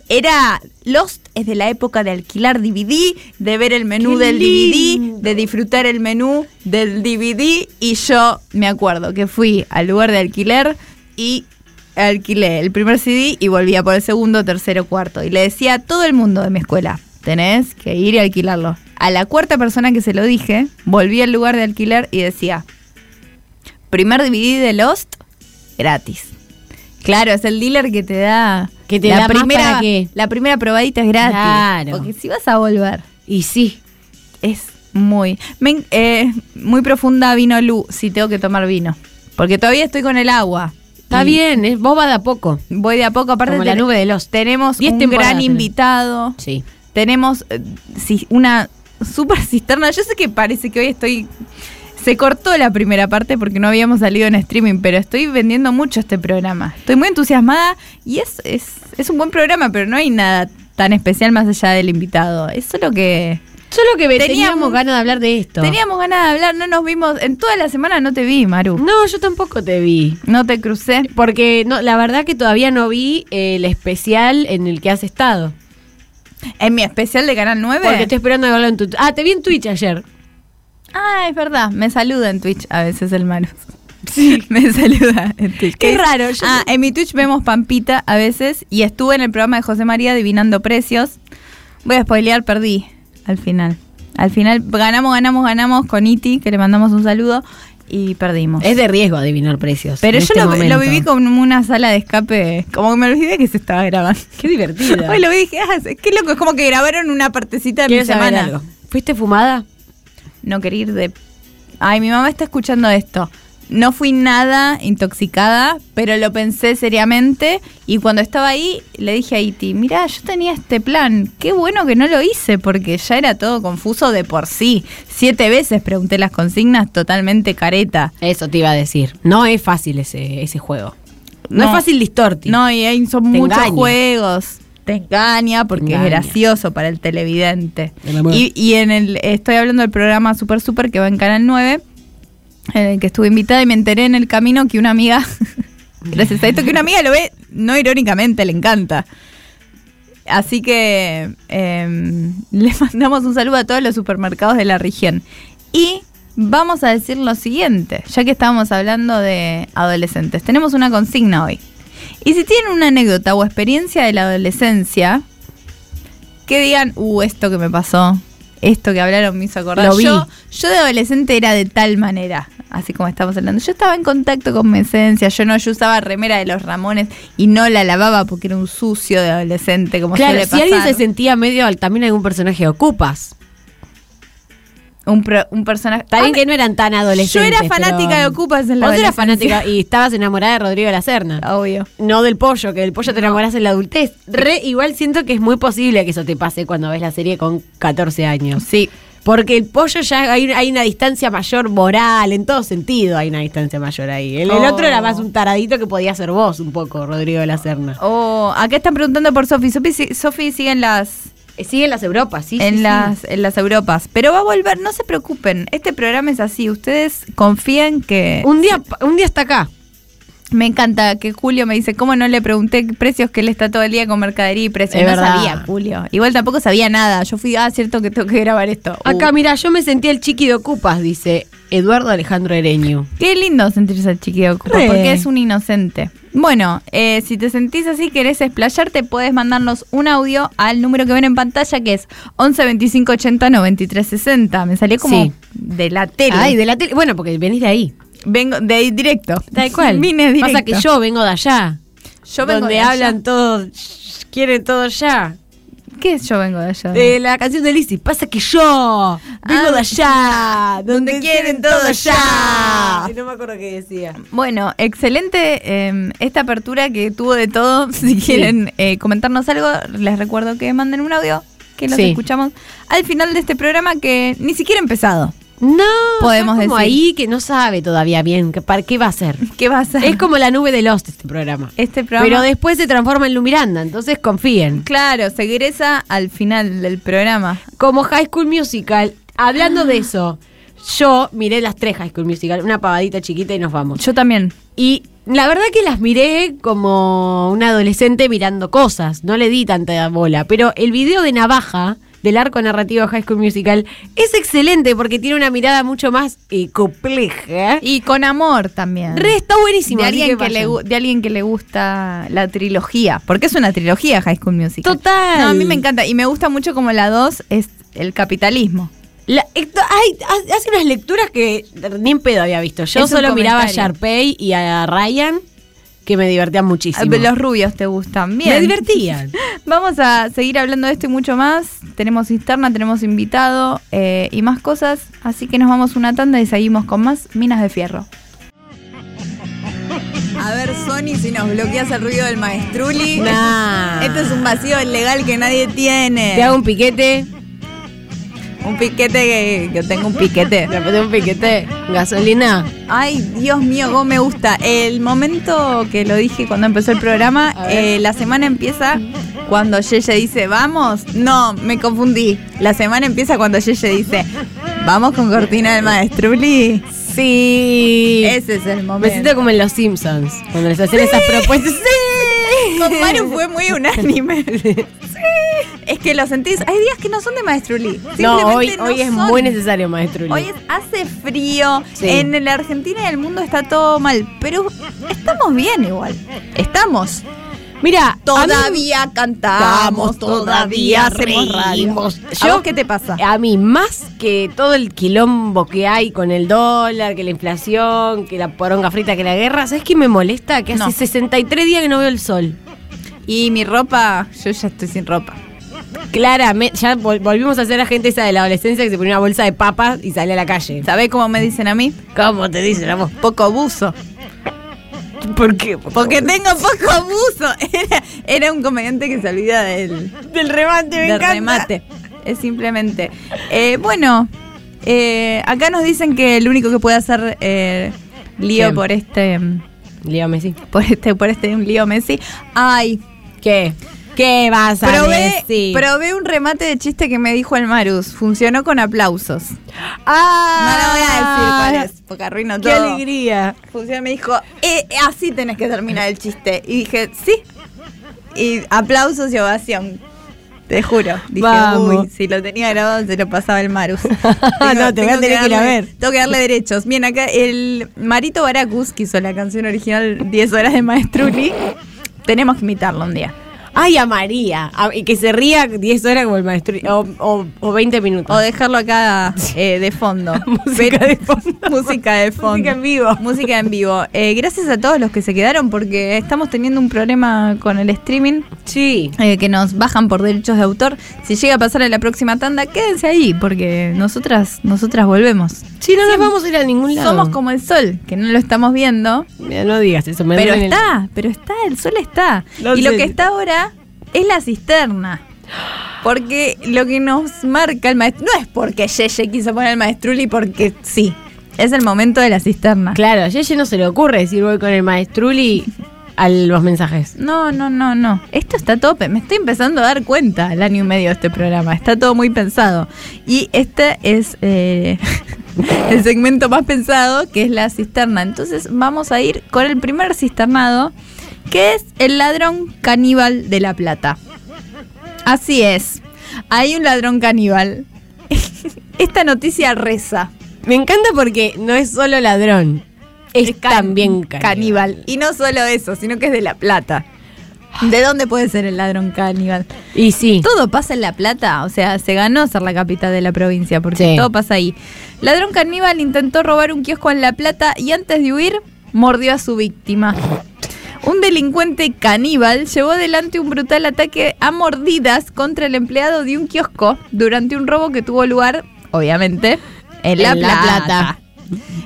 Era Lost es de la época de alquilar DVD, de ver el menú
Qué
del
lindo.
DVD, de disfrutar el menú del DVD y yo me acuerdo que fui al lugar de alquiler y alquilé el primer CD y volvía por el segundo, tercero, cuarto y le decía a todo el mundo de mi escuela, tenés que ir y alquilarlo. A la cuarta persona que se lo dije, volví al lugar de alquiler y decía, primer DVD de Lost gratis. Claro, es el dealer que te da
Que te da más para qué.
la primera probadita es gratis.
Claro.
Porque si vas a volver,
Y sí.
es muy. me en- eh, muy profunda vino Lu, si tengo que tomar vino. Porque todavía estoy con el agua.
Está
Y
bien, es boba de a poco.
Voy de a poco, aparte
Como la
ten-
nube de los
tenemos
Diez
un
temporadas
gran
tenemos.
invitado.
Sí.
Tenemos eh, ci- una super cisterna. Yo sé que parece que hoy estoy. Se cortó la primera parte porque no habíamos salido en streaming, pero estoy vendiendo mucho este programa. Estoy muy entusiasmada y es, es, es un buen programa, pero no hay nada tan especial más allá del invitado. Es solo que
Solo que teníamos,
Teníamos-
ganas de hablar de esto.
teníamos ganas de hablar, no nos vimos. En toda la semana no te vi, Maru.
No, yo tampoco te vi.
No te crucé.
Porque no, la verdad que todavía no vi eh, el especial en el que has estado.
En mi especial de Canal 9.
Porque estoy esperando de verlo en tu. Ah, te vi en Twitch ayer.
Ah, es verdad. Me saluda en Twitch a veces el Manu. Sí. Me saluda en Twitch.
Qué
Es-
raro, yo-
Ah, en mi Twitch vemos Pampita a veces y estuve en el programa de José María adivinando precios. Voy a spoilear, perdí al final. Al final ganamos, ganamos, ganamos con Iti, que le mandamos un saludo y perdimos.
Es de riesgo adivinar precios.
Pero
en
yo
este
lo,
momento.
lo viví como una sala de escape, como que me olvidé que se estaba grabando.
Qué divertida.
Hoy lo vi y dije, ah, qué loco, es como que grabaron una partecita de mi
Quiero saber
semana
algo. ¿Fuiste fumada?
no querer ir de... Ay, mi mamá está escuchando esto. No fui nada intoxicada, pero lo pensé seriamente y cuando estaba ahí le dije a Iti, mira, yo tenía este plan, qué bueno que no lo hice porque ya era todo confuso de por sí. Siete veces pregunté las consignas totalmente careta.
Eso te iba a decir. No es fácil ese, ese juego. No, es
No.
fácil distorti.
No, y hay, son
Te
muchos
engaña.
juegos. Te engaña porque
Engaña.
es gracioso para el televidente.
El amor.
Y, y en el estoy hablando del programa Super Super que va en Canal 9, en el que estuve invitada y me enteré en el camino que una amiga, gracias a esto, que una amiga lo ve, no irónicamente, le encanta. Así que eh, le mandamos un saludo a todos los supermercados de la región. Y vamos a decir lo siguiente, ya que estábamos hablando de adolescentes. Tenemos una consigna hoy. Y si tienen una anécdota o experiencia de la adolescencia, que digan, uh, esto que me pasó, esto que hablaron me hizo acordar.
Lo vi.
Yo, yo de adolescente era de tal manera. así como estamos hablando. Yo estaba en contacto con mi esencia, yo no, yo usaba remera de los Ramones y no la lavaba porque era un sucio de adolescente, como
Claro,
suele
si
pasar.
alguien se sentía medio al- también algún personaje ocupas.
un, pro- un personaje.
Está bien
Ah,
que no eran tan adolescentes.
Yo era
pero-
fanática de Ocupas en la
Vos eras
adolescencia.
fanática y estabas enamorada de Rodrigo de la Serna.
Obvio.
No del pollo, que del pollo te enamoras en la adultez. Re, igual siento que es muy posible que eso te pase cuando ves la serie con 14 años.
Sí.
Porque el pollo ya hay, hay una distancia mayor moral, en todo sentido hay una distancia mayor ahí. El, el
Oh.
otro era más un taradito que podía ser vos un poco, Rodrigo de la Serna.
O acá están preguntando por Sofi. Sofi si- Sofi sigue en las
Eh, Sí, en las Europas, sí. sí,
en
sí.
las en las Europas, pero va a volver, no se preocupen. Este programa es así, ustedes confían que
Un día, pa- un día está acá.
me encanta que Julio me dice, "¿Cómo no le pregunté qué precios que él está todo el día con mercadería y precios?"
Es
no
verdad.
sabía, Julio. Igual tampoco sabía nada. Yo fui, "Ah, cierto que tengo que grabar esto." Uh.
Acá, mira, yo me sentía el chiqui de Ocupas, dice Eduardo Alejandro Ereño.
Qué lindo sentirse al chiquillo ocupa,
Re.
porque es un inocente. Bueno, eh, si te sentís así, querés explayarte, puedes mandarnos un audio al número que ven en pantalla, que es 11 25 80 93 60. Me salió como
Sí.
de la tele.
Ay, de la tele. Bueno, porque venís de ahí.
Vengo de ahí directo.
Tal cual.
Vine directo.
Pasa que yo vengo de allá.
Yo vengo
donde
de allá.
hablan todos, quieren todo ya.
¿Qué es yo vengo de allá?
De la canción de Lizzy, pasa que yo vengo
Ah.
de allá,
Donde
donde quieren
quieren
todo
todo
ya.
ya.
Y No me acuerdo qué decía.
Bueno, excelente eh, esta apertura que tuvo de todo. Si quieren eh, comentarnos algo, les recuerdo que manden un audio, que los
Sí.
escuchamos al final de este programa que ni siquiera ha empezado.
No,
Podemos
está como
decir.
ahí que no sabe todavía bien que- para qué va a ser.
¿Qué va a ser?
Es como la nube de Lost este programa.
este programa.
Pero después se transforma en Lu Miranda, entonces confíen.
Claro, se egresa al final del programa.
Como High School Musical, hablando de eso, yo miré las tres High School Musical, una pavadita chiquita y nos vamos.
Yo también.
Y la verdad que las miré como una adolescente mirando cosas, no le di tanta bola, pero el video de Navaja del arco narrativo de High School Musical es excelente porque tiene una mirada mucho más eh, compleja. Y
Y con amor también.
re está buenísimo.
de,
así
alguien que
vayan.
le, gu- de alguien que le gusta la trilogía. Porque es una trilogía High School Musical.
Total.
No, a mí me encanta. Y me gusta mucho como la 2 es el capitalismo.
La- esto- ay, ha- hace unas lecturas que ni en pedo había visto. Yo
Es un
solo miraba a
comentario.
Sharpay y a Ryan, que me divertían muchísimo.
Ah, Los rubios te gustan. Bien.
me divertían.
Vamos a seguir hablando de esto y mucho más. Tenemos interna, tenemos invitado eh, y más cosas. Así que nos vamos una tanda y seguimos con más Minas de Fierro. A ver, Sony, si nos bloqueas el ruido del maestruli.
Nah.
Esto es un vacío legal que nadie tiene.
Te hago un piquete.
un piquete que yo tengo un piquete.
Me apetece un piquete. Gasolina.
Ay, Dios mío, cómo me gusta. El momento que lo dije cuando empezó el programa,
A ver.
eh, la semana empieza cuando Yeye dice, vamos. No, me confundí. La semana empieza cuando Yeye dice, vamos con Cortina del Maestruli.
Sí.
Ese es el
Me
momento.
siento como en Los Simpsons, cuando les hacen esas propuestas. ¡Sí!
Con Maru fue muy unánime. Es que lo sentís. Hay días que no son de Maestruli.
No,
Simplemente
hoy,
no
hoy es
son.
muy necesario, maestro. Uli.
Hoy es- hace frío,
Sí.
en la Argentina y el mundo está todo mal, pero estamos bien igual. Estamos.
Mira, a mí,
Todavía cantamos,
Estamos, todavía
todavía Eh, hacemos radio.
reímos.
¿A
Yo-
vos qué te pasa?
a mí, más que todo el quilombo que hay con el dólar, que la inflación, que la poronga frita, que la guerra, ¿sabes qué me molesta? Que hace
No.
63 días que no veo el sol.
Y mi ropa, yo ya estoy sin ropa.
Claramente, ya vol- volvimos a ser la gente esa de la adolescencia que se ponía una bolsa de papas y sale a la calle.
¿Sabés cómo me dicen a mí?
¿Cómo te dicen a vos?
Poco buzo.
¿Por qué?
Porque tengo poco buzo. Era, era un comediante que se olvida del,
Del remate, me
del
encanta.
remate. Es simplemente. Eh, bueno, eh, acá nos dicen que el único que puede hacer eh, lío
¿Quién?
por este. mm,
Leo Messi.
por este, por este un lío Messi. Ay,
¿Qué? ¿Qué vas a
probé,
decir?
probé un remate de chiste que me dijo el Marus. Funcionó con aplausos.
ah,
no lo voy a decir cuál es, porque arruino
Qué
todo.
alegría.
Funcionó, me dijo, "Eh, eh, así tenés que terminar el chiste. Y dije, sí. Y aplausos y ovación. Te juro. Dije,
Vamos.
uy, si lo tenía grabado se lo pasaba el Marus. Tengo-
No, te voy
tengo
a tener que ir a
darle-
ver.
Tengo que darle derechos. Bien, acá el Marito Baracus, que hizo la canción original 10 horas de Maestruli, tenemos que imitarlo un día.
Ay, a María. A- y que se ría 10 horas como el maestro. O, o- o 20 minutos.
O dejarlo acá eh, de fondo.
Música de fondo.
Música de fondo.
Música en vivo.
Música en vivo. Eh, gracias a todos los que se quedaron porque estamos teniendo un problema con el streaming.
Sí.
eh, que nos bajan por derechos de autor. Si llega a pasar en la próxima tanda, quédense ahí, porque nosotras, nosotras volvemos.
Sí, no nos vamos a ir a ningún lado.
Somos como el sol, que no lo estamos viendo,
Mira, no digas eso. me
pero
duele el-
está, pero está, el sol está.
No
y lo
sé.
que está ahora es la cisterna. Porque lo que nos marca el maestro. No es porque Yeye quiso poner el maestruli, porque sí. Es el momento de la cisterna.
Claro, a Yeye no se le ocurre decir voy con el maestruli a los mensajes.
No, no, no, no. Esto está tope. Me estoy empezando a dar cuenta el año y medio de este programa. Está todo muy pensado. Y este es eh, el segmento más pensado, que es la cisterna. Entonces vamos a ir con el primer cisternado, que es el ladrón caníbal de La Plata. Así es. Hay un ladrón caníbal. Esta noticia reza.
Me encanta porque no es solo ladrón, es,
can-
también
caníbal. Y no solo eso, sino que es de La Plata. ¿De dónde puede ser el ladrón caníbal?
Y sí,
Todo pasa en La Plata, o sea, se ganó ser la capital de la provincia, porque
Sí.
todo pasa ahí. Ladrón caníbal intentó robar un kiosco en La Plata y antes de huir, mordió a su víctima. Un delincuente caníbal llevó adelante un brutal ataque a mordidas contra el empleado de un kiosco durante un robo que tuvo lugar, obviamente, en La,
En La
Plata.
Plata.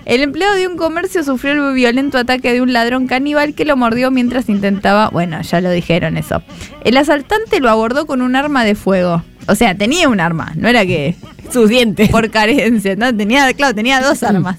El empleado de un comercio sufrió el violento ataque de un ladrón caníbal que lo mordió mientras intentaba. Bueno, ya lo dijeron eso. El asaltante lo abordó con un arma de fuego. O sea, tenía un arma, no era que
sus dientes.
por carencia, ¿no? Tenía, claro, tenía dos armas.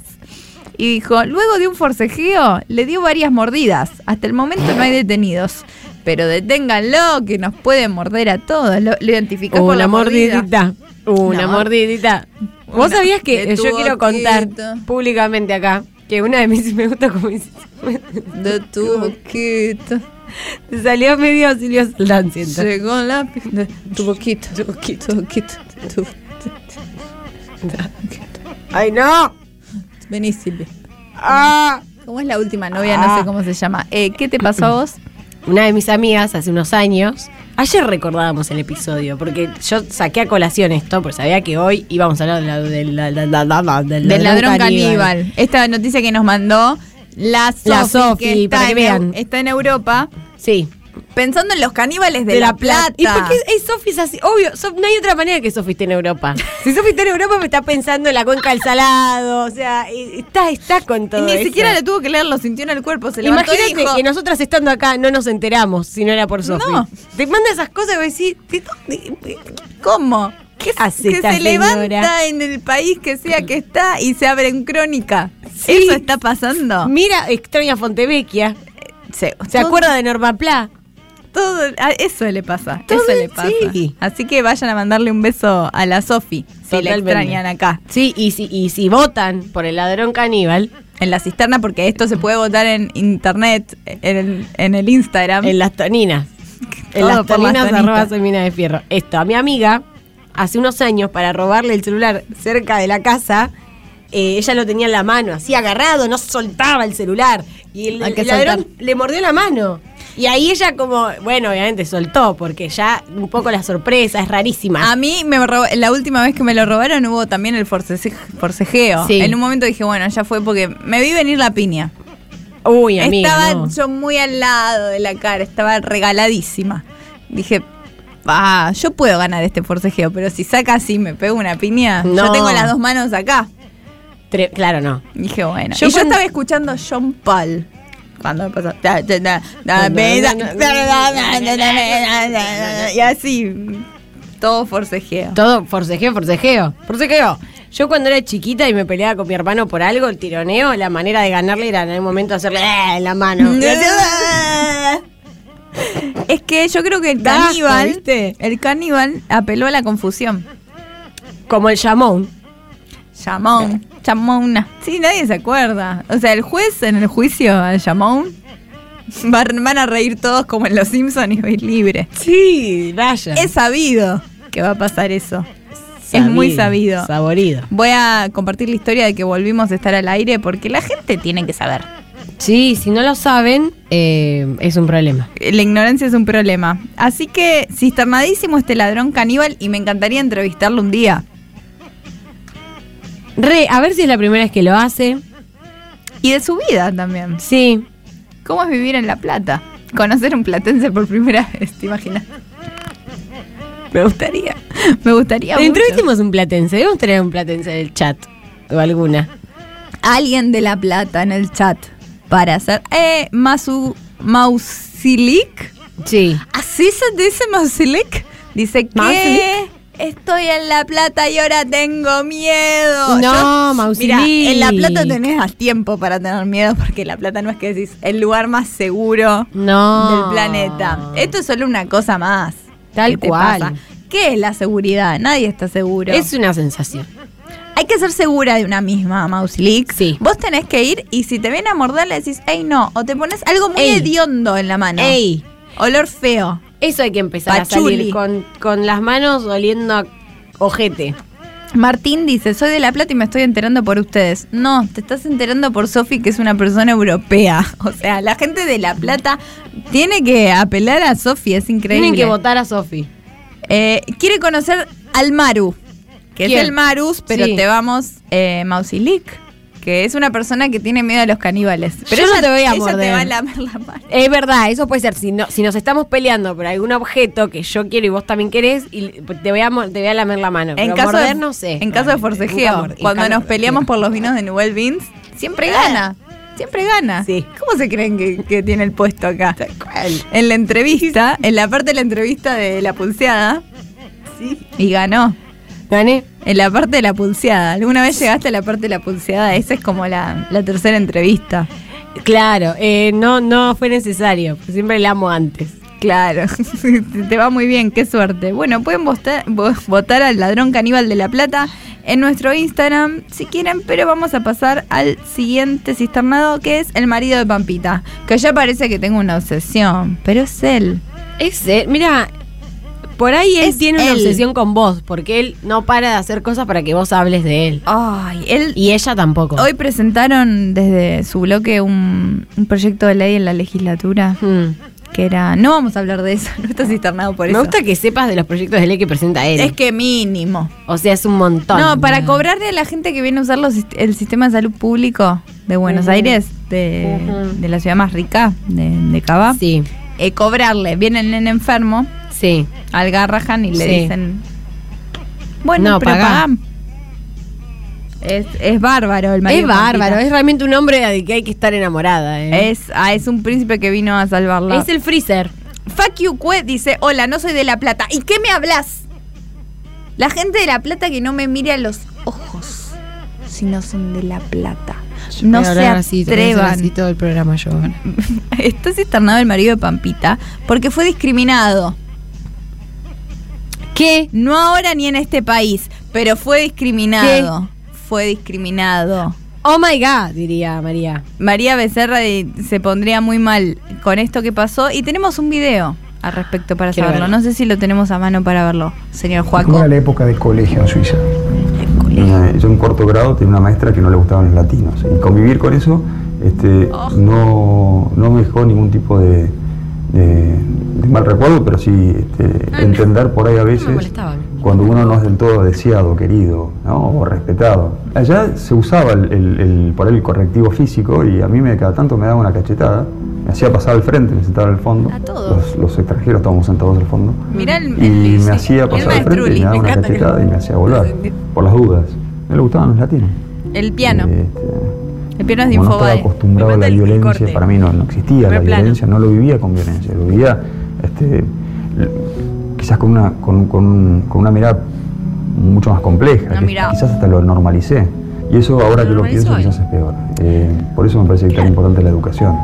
Y dijo, luego de un forcejeo, le dio varias mordidas. Hasta el momento no hay detenidos. Pero deténganlo, que nos puede morder a todos. Lo, lo identificás por la
Una
mordida.
Oh, mordidita.
Una
Una
mor-
mordidita. Vos
Una
sabías que
de
yo
tu
quiero contar
boquita.
públicamente acá que una de mis me gusta como dice-
De tu boquita.
te salió medio Silvio Soldán, siento.
Llegó la de tu boquita, tu boquita, tu boquita, tu-
¡Ay, no!
Vení, Silvia.
¡Ah!
¿Cómo es la última novia? No
Ah.
sé cómo se llama. Eh, ¿Qué te pasó a vos?
una de mis amigas hace unos años. Ayer recordábamos el episodio, porque yo saqué a colación esto, porque sabía que hoy íbamos a hablar de la- del la- la- la- la- la- del
Del ladrón caníbal. Esta noticia que nos mandó la Sofi,
La Sofi,
que está,
para que
en,
vean.
Eu- está en Europa,
Sí.
pensando en los caníbales de, la, Plata.
¿Y por qué es Sofi es así? Obvio, Sof- no hay otra manera que Sofi esté en Europa. Si Sofi está en Europa, me está pensando en la cuenca del salado. O sea, y- está, está con
Y
todo
ni
eso.
siquiera le tuvo que leer, lo sintió en el cuerpo, se levantó y
Imagínate
dijo,
que nosotras estando acá no nos enteramos si no era por Sofi.
No.
Te manda esas cosas y vos decís, ¿de dónde?
¿cómo? Que,
hace
que
esta
se
señora?
levanta en el país que sea que está y se abre en crónica.
Sí.
Eso está pasando.
Mira, extraña Fontevecchia.
Se,
¿Se acuerda de Norma Pla?
Todo, a- eso le pasa,
Todo,
eso le pasa.
sí.
Así que vayan a mandarle un beso a la Sofi, si la
Totalmente.
extrañan acá.
Sí, y si, y si votan por el ladrón caníbal,
En la cisterna, porque esto se puede votar en internet, en el, en el Instagram.
en las toninas.
Todo
En las
por las
toninas
tonitas.
arroba soy mina de fierro. Esto, a mi amiga, hace unos años, para robarle el celular cerca de la casa, eh, ella lo tenía en la mano, así agarrado, no soltaba el celular. Y el,
Hay que
el ladrón
soltar.
le mordió la mano. Y ahí ella como, bueno, obviamente soltó, porque ya un poco la sorpresa es rarísima.
A mí, me robó- la última vez que me lo robaron hubo también el forcese- forcejeo.
Sí.
En un momento dije, bueno, ya fue porque me vi venir la piña.
Uy, amiga,
estaba
no.
yo muy al lado de la cara, estaba regaladísima. Dije, ah, yo puedo ganar este forcejeo, pero si saca así, me pego una piña. Yo
No.
tengo las dos manos acá.
Tre- claro, no.
Dije, bueno.
Yo
y yo
cuando-
estaba escuchando John Paul. Cuando me pasó. Y así. Todo forcejeo.
Todo forcejeo, forcejeo, forcejeo. Yo cuando era chiquita y me peleaba con mi hermano por algo, el tironeo, la manera de ganarle era en el momento hacerle "Eh", en la mano.
Es que yo creo que el
Basta,
caníbal.
¿viste?
El caníbal apeló a la confusión.
Como el llamón.
Llamón. Llamona. Sí, nadie se acuerda. O sea, el juez en el juicio al llamón. Van van a reír todos como en Los Simpsons y hoy libre.
Sí, vaya.
Es sabido que va a pasar eso. es muy sabido.
Saborido.
Voy a compartir la historia de que volvimos a estar al aire porque la gente tiene que saber.
Sí, si no lo saben, eh, es un problema.
La ignorancia es un problema. Así que, cisternadísimo este ladrón caníbal y me encantaría entrevistarlo un día.
Re, a ver si es la primera vez que lo hace.
Y de su vida también.
Sí,
¿Cómo es vivir en La Plata? Conocer un platense por primera vez, ¿te imaginas? Me gustaría. Me gustaría. mucho.
entrevistemos un platense, debemos tener un platense en el chat o alguna.
Alguien de La Plata en el chat para hacer. Eh, Masu Mausilic.
Sí.
¿Así se dice Mausilic? Dice que
¿Mausilic?
estoy en La Plata y ahora tengo miedo.
No,
Yo-
Mausilic.
Mira, en La Plata tenés a tiempo para tener miedo porque La Plata no es que decís el lugar más seguro.
No.
del planeta. Esto es solo una cosa más.
Ah. Tal
que te
cual.
¿Qué es la seguridad? Nadie está seguro.
es una sensación.
Hay que ser segura de una misma, Mouse Leak.
Sí.
Vos tenés que ir y si te viene a morder le decís, ey, no. O te pones algo muy
Ey.
hediondo en la mano.
Ey,
Olor feo.
eso hay que empezar
Pachuli.
a salir con, con las manos oliendo a ojete.
Martín dice, soy de La Plata y me estoy enterando por ustedes. No, te estás enterando por Sofi, que es una persona europea. O sea, la gente de La Plata tiene que apelar a Sofi, es increíble.
Tienen que votar a Sofi.
Eh, quiere conocer al Maru, que
¿Quién?
es el Marus, pero
Sí.
te vamos eh, Mausilic, que es una persona que tiene miedo a los caníbales. Pero
Yo no
ella-
te voy
ella
a
te
morder.
va a lamer la mano.
Es verdad, eso puede ser. Si, no, si nos estamos peleando por algún objeto que yo quiero y vos también querés, y te voy a, mo- te voy a lamer la mano.
En
Pero
caso,
morder,
de,
no sé.
en caso de
Realmente,
forcejeo,
nunca mordí.
cuando
En caso
nos
de
peleamos
forcejeo.
por los vinos de Newell Beans, siempre gana. Siempre gana.
Sí.
¿Cómo se creen que, que tiene el puesto acá? En la entrevista, en la parte de la entrevista de la pulseada, y ganó.
¿Gané?
En la parte de la pulseada. ¿Alguna vez llegaste a la parte de la pulseada? Esa es como la, la tercera entrevista.
Claro, eh, no, no fue necesario. Siempre la amo antes.
Claro, te va muy bien, qué suerte. Bueno, pueden votar, vo- votar al ladrón caníbal de La Plata en nuestro Instagram si quieren, pero vamos a pasar al siguiente cisternado que es el marido de Pampita, que ya parece que tengo una obsesión, pero es él.
Es él. Mira, por ahí él
Es
tiene una
él.
obsesión con vos, porque él no para de hacer cosas para que vos hables de él.
Ay, él
Y ella tampoco.
hoy presentaron desde su bloque un, un proyecto de ley en la legislatura
Hmm.
que era, no vamos a hablar de eso, no está cisternado por
Me
eso.
gusta que sepas de los proyectos de ley que presenta él.
es que mínimo.
o sea, es un montón.
No, para cobrarle a la gente que viene a usar los sist- el sistema de salud público de Buenos
Ujú.
Aires, de,
Ujú.
de la ciudad más rica, de, de Cabá,
Sí,
eh, cobrarle. Viene el nene enfermo,
sí.
algarrajan y le
Sí.
dicen, bueno,
No,
pero
pagá.
pagá". Es, es bárbaro el marido.
es
de Pampita.
bárbaro, es realmente un hombre de que hay que estar enamorada. eh.
Es, ah, es un príncipe que vino a salvarla.
Es el freezer.
Fuck you, Cue, dice, hola, no soy de La Plata. ¿Y qué me hablas? La gente de La Plata que no me mire a los ojos, si no son de La Plata. No se atrevan.
todo el programa yo.
Está cisternado el marido de Pampita porque fue discriminado.
¿Qué?
No ahora ni en este país, pero fue discriminado. Fue discriminado.
Oh my god, diría María.
María Becerra de- se pondría muy mal con esto que pasó y tenemos un video al respecto para
Quiero
saberlo.
verlo.
No sé si lo tenemos a mano para verlo, señor
¿Cómo
Juaco.
era la época del colegio en Suiza?
Eh, Yo en cuarto grado tenía una maestra que no le gustaban los latinos y convivir con eso este,
Oh.
no, no me dejó ningún tipo de, de- de mal recuerdo, pero sí este, entender por ahí a veces
molestaba.
cuando uno no es del todo deseado, querido ¿no? o respetado. Allá se usaba el, el- el- por ahí el correctivo físico y a mí me, cada tanto me daba una cachetada, me hacía pasar al frente, me sentaba al fondo,
A todos.
Los, los extranjeros estábamos sentados al fondo.
Mirá el,
Y
el-
me
el
hacía pasar al frente
maestruli.
y me daba
Me
una
encanta que-
cachetada y me hacía volar, por las dudas. Me le gustaban los latinos.
El piano.
Eh,
el piano es
este,
de
como no estaba
Infobae.
acostumbrado a la violencia, para mí no, no existía la violencia, no lo vivía con violencia, lo vivía este, l- quizás con una, con, con un- con una mirada mucho más compleja,
Una
que
mirada.
quizás hasta lo normalicé. Y eso ahora que lo pienso quizás es peor. Eh, por eso me parece que tan importante la educación.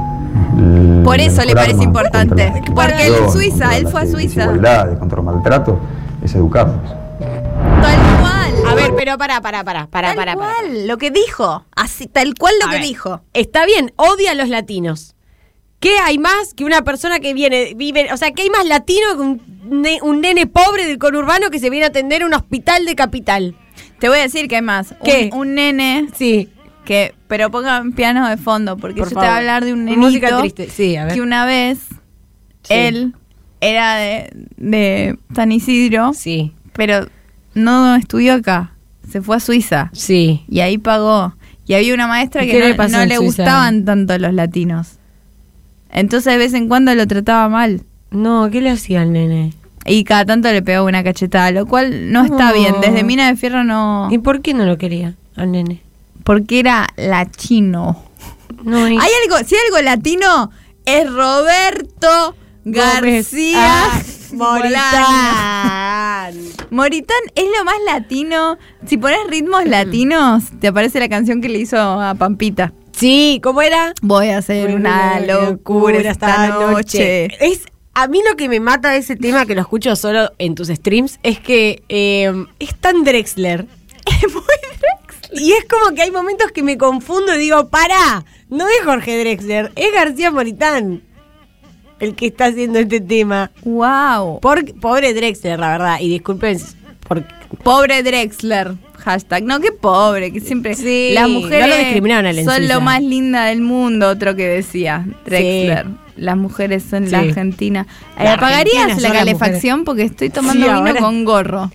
L-
Por
de
eso le
mejorar
parece
más
importante,
contra la
porque él es
discriminación,
Suiza,
contra
él
las
fue a Suiza.
desigualdades, contra el maltrato, es educarnos.
Tal cual.
A ver, pero pará, pará, pará, pará,
tal
pará. pará.
cual. Lo que dijo. Así, tal cual lo
A
que
ver,
dijo.
Está bien, odia a los latinos. ¿Qué hay más que una persona que viene, vive, o sea, qué hay más latino que un, ne- un nene pobre del conurbano que se viene a atender a un hospital de capital?
Te voy a decir que hay más.
¿Qué?
Un, un nene
Sí.
que pero pongan piano de fondo, porque
Por
yo te
favor.
voy a hablar de un nenito
Música triste, sí, a ver.
que una vez
Sí.
él era de, de San Isidro,
Sí,
pero no estudió acá, se fue a Suiza
sí.
y ahí pagó. Y había una maestra
¿Y
que
qué
no
le pasó
no
en
le
Suiza?
gustaban tanto los latinos. Entonces de vez en cuando lo trataba mal.
No, ¿qué le hacía al nene?
Y cada tanto le pegaba una cachetada, lo cual no está
No.
bien. Desde Mina de Fierro no.
¿Y por qué no lo quería al nene?
Porque era latino.
No,
Hay algo, si hay algo latino, es Roberto García
Ah,
Moritán. Moritán es lo más latino. Si pones ritmos latinos, te aparece la canción que le hizo a Pampita.
Sí, ¿cómo era?
Voy a hacer una locura esta noche.
Es, a mí lo que me mata de ese tema que lo escucho solo en tus streams es que eh, es tan Drexler. Es muy Drexler. Y es como que hay momentos que me confundo y digo, pará, no es Jorge Drexler, es García Moritán el que está haciendo este tema.
Wow.
Por- pobre Drexler, la verdad. Y disculpen porque
Pobre Drexler. Hashtag. No, qué pobre, que siempre.
Sí,
las mujeres
no lo discriminaron a él en
son
Suiza.
lo más linda del mundo, otro que decía Drexler.
Sí.
Las mujeres son la
Sí.
Argentina. Eh,
La
¿Apagarías
Argentina
la
son las
calefacción? Porque estoy tomando
Sí,
vino
ahora-
con gorro.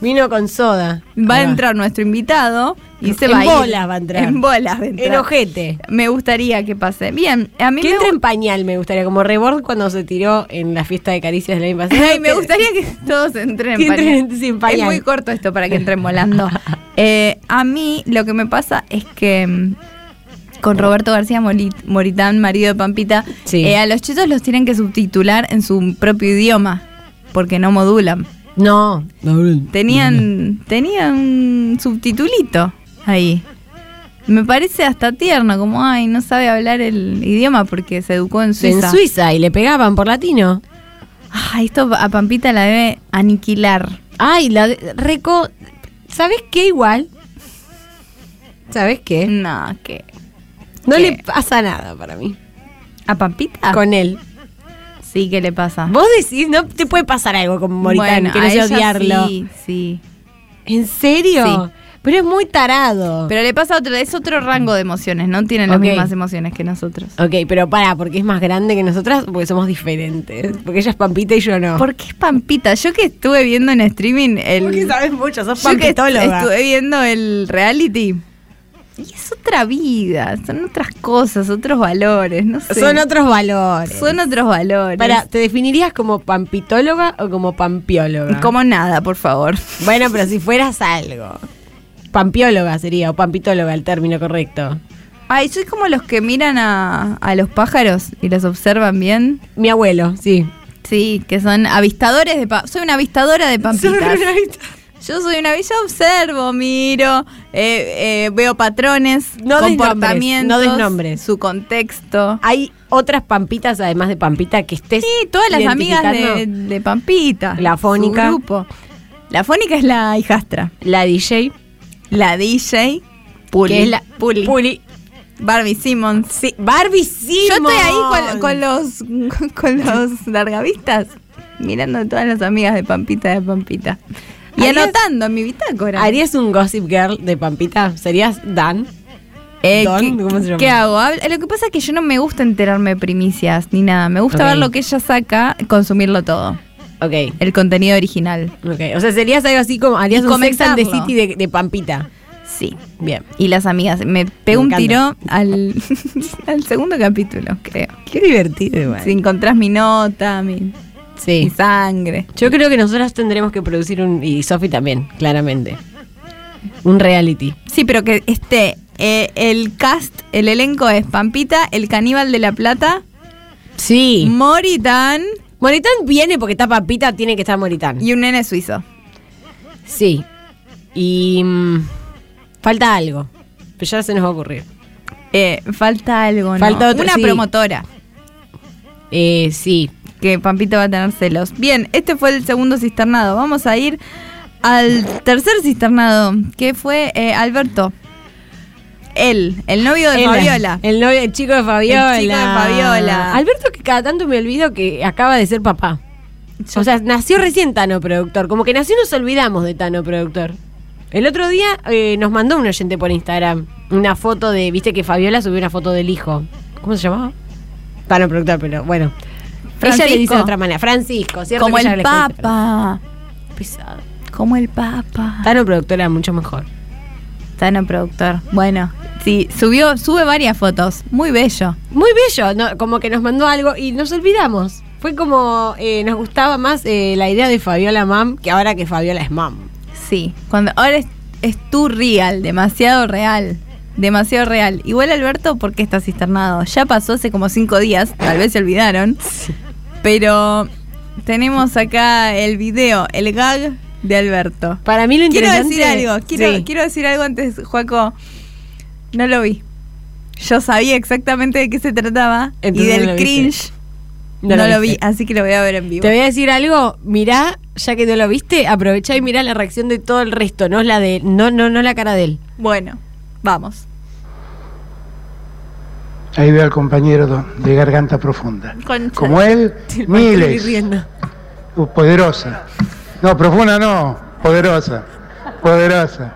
vino con soda.
Va a
Ahí
entrar nuestro invitado y se
En
va a ir.
bolas va a entrar.
En bolas va a entrar.
En ojete.
Me gustaría que pase. Bien, a mí
Que
me,
entre
gu-
en pañal, me gustaría, como Rebord cuando se tiró en la fiesta de caricias del año pasado.
Ay, me gustaría que todos entren en
Que
pañal.
entren sin pañal.
Es muy corto esto para que entren volando. Eh, a mí lo que me pasa es que mm, con Roberto García Moli- Moritán, marido de Pampita,
Sí.
eh, a los chicos los tienen que subtitular en su propio idioma porque no modulan.
No.
Tenían, tenían un subtitulito ahí. Me parece hasta tierno, como, ay, no sabe hablar el idioma porque se educó en Suiza.
En Suiza y le pegaban por latino.
Ay, esto a Pampita la debe aniquilar.
Ay, la de- reco. ¿Sabes qué igual? ¿Sabes qué?
No, que. ¿Qué?
No
Ah.
le pasa nada para mí.
¿A Pampita?
Con él.
Sí, ¿qué le pasa?
Ah. Vos decís, no te puede pasar algo con Moritán,
Ah. Bueno,
que no
a
sé
ella
odiarlo.
Sí, sí.
¿En serio? Pero es muy tarado.
Pero le pasa otro, es otro rango de emociones, no tienen las
Ok.
mismas emociones que nosotros.
ok, pero para, porque es más grande que nosotras, porque somos diferentes. Porque ella es Pampita y yo no.
¿Por qué es Pampita? Yo que estuve viendo en streaming el.
Porque sabes mucho, sos
yo que est-
pampitóloga.
estuve viendo el reality. Y es otra vida, son otras cosas, otros valores, no sé.
Son otros valores.
Son otros valores.
Para, ¿te definirías como pampitóloga o como pampióloga?
Como nada, por favor.
Bueno, pero si fueras algo. Pampióloga sería, o pampitóloga el término correcto.
Ay, soy como los que miran a, a los pájaros y los observan bien.
Mi abuelo, sí.
Sí, que son avistadores de pa Soy una avistadora de pampitas. Yo soy una yo observo, miro, eh, eh, veo patrones,
No des nombres, no
comportamientos,
des nombres. Ah,
su contexto.
Hay otras pampitas, además de pampita, que estés.
Sí, todas las amigas de,
identificando.
de Pampita.
La Fónica.
su grupo. La Fónica es la hijastra.
La DJ.
La DJ. Puli.
Que es la.
Puli.
Puli.
Barbie Simmons.
Sí, Barbie Simmons.
Yo estoy ahí con, con los con los largavistas, mirando a todas las amigas de Pampita de Pampita. Y
¿Harías-
anotando en mi bitácora.
¿Harías un gossip girl de pampita? ¿Serías Dan?
Eh,
Don,
¿qué,
¿cómo se llama?
qué hago? Habl- Lo que pasa es que yo no me gusta enterarme de primicias ni nada. Me gusta
Ok.
ver lo que ella saca, consumirlo todo.
Ok.
El contenido original.
Ok, o sea, serías algo así como harías
Y
un Sex and the
comentarlo.
City de, de Pampita.
Sí.
Bien.
Y las amigas. Me pegó
Me
un
encanta.
tiro al, al segundo capítulo, creo.
Qué divertido, igual.
Si encontrás mi nota, mi, mi
Sí.
sangre.
Yo creo que nosotras tendremos que producir un. Y Sofi también, claramente. Un reality.
Sí, pero que esté eh, el cast, el elenco es Pampita, el caníbal de la plata,
Sí.
Moritán
Moritán viene porque está Pampita, tiene que estar Moritán.
y un nene suizo.
Sí. Y. mm, falta algo. Pero ya se nos va a ocurrir.
Eh, falta algo, ¿no?
Falta otro,
Una
sí.
promotora.
Eh, sí.
que Pampita va a tener celos. Bien, este fue el segundo cisternado. Vamos a ir al tercer cisternado, que fue eh, Alberto. Él, el novio de
El-
Fabiola.
El, novio, el chico de Fabiola.
El chico de Fabiola.
Alberto, que cada tanto me olvido que acaba de ser papá. O sea, nació recién Tano Productor. Como que nació y nos olvidamos de Tano Productor. El otro día eh, nos mandó un oyente por Instagram una foto de. Viste que Fabiola subió una foto del hijo. ¿Cómo se llamaba? Para no preguntar, pero bueno. Ella le dice
Francisco.
de otra manera. Francisco, ¿cierto?
Como
que ella
el
le cuenta.
Papa.
Pesado.
Como el Papa.
Tano productora, mucho mejor.
Tano productor. Bueno, sí, subió, sube varias fotos. Muy bello.
Muy bello, ¿no? como que nos mandó algo y nos olvidamos. Fue como eh, nos gustaba más eh, la idea de Fabiola Mam que ahora que Fabiola es Mam.
Sí. Cuando, ahora es, es tu real, demasiado real. Demasiado real. Igual Alberto, ¿por qué estás cisternado? Ya pasó hace como cinco días, tal vez se olvidaron. Pero tenemos acá el video, el gag de Alberto.
Para mí lo
Quiero
interesante.
decir algo, quiero,
Sí.
quiero decir algo antes, Juaco. No lo vi. Yo sabía exactamente de qué se trataba
Entonces
y
no
del
lo viste.
cringe. No, lo vi,
viste.
así que lo voy a ver en vivo.
Te voy a decir algo, mirá, ya que no lo viste, aprovechá y mirá la reacción de todo el resto, no la de no no no la cara de él.
Bueno, vamos.
Ahí veo al compañero do- de garganta profunda.
Concha.
Como él,
Estoy
miles.
riendo.
Uh, Poderosa. No, profunda no. Poderosa. Poderosa.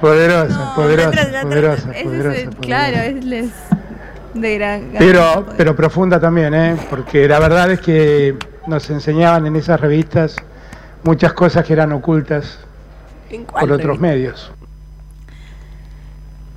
Poderosa,
No,
poderosa,
otra, otra,
poderosa,
ese es
poderosa.
el- Claro,
poderosa.
es les- de gran
Pero,
gran-
pero profunda también, ¿eh? Porque la verdad es que nos enseñaban en esas revistas muchas cosas que eran ocultas
¿En cuál
por otros
revista?
medios.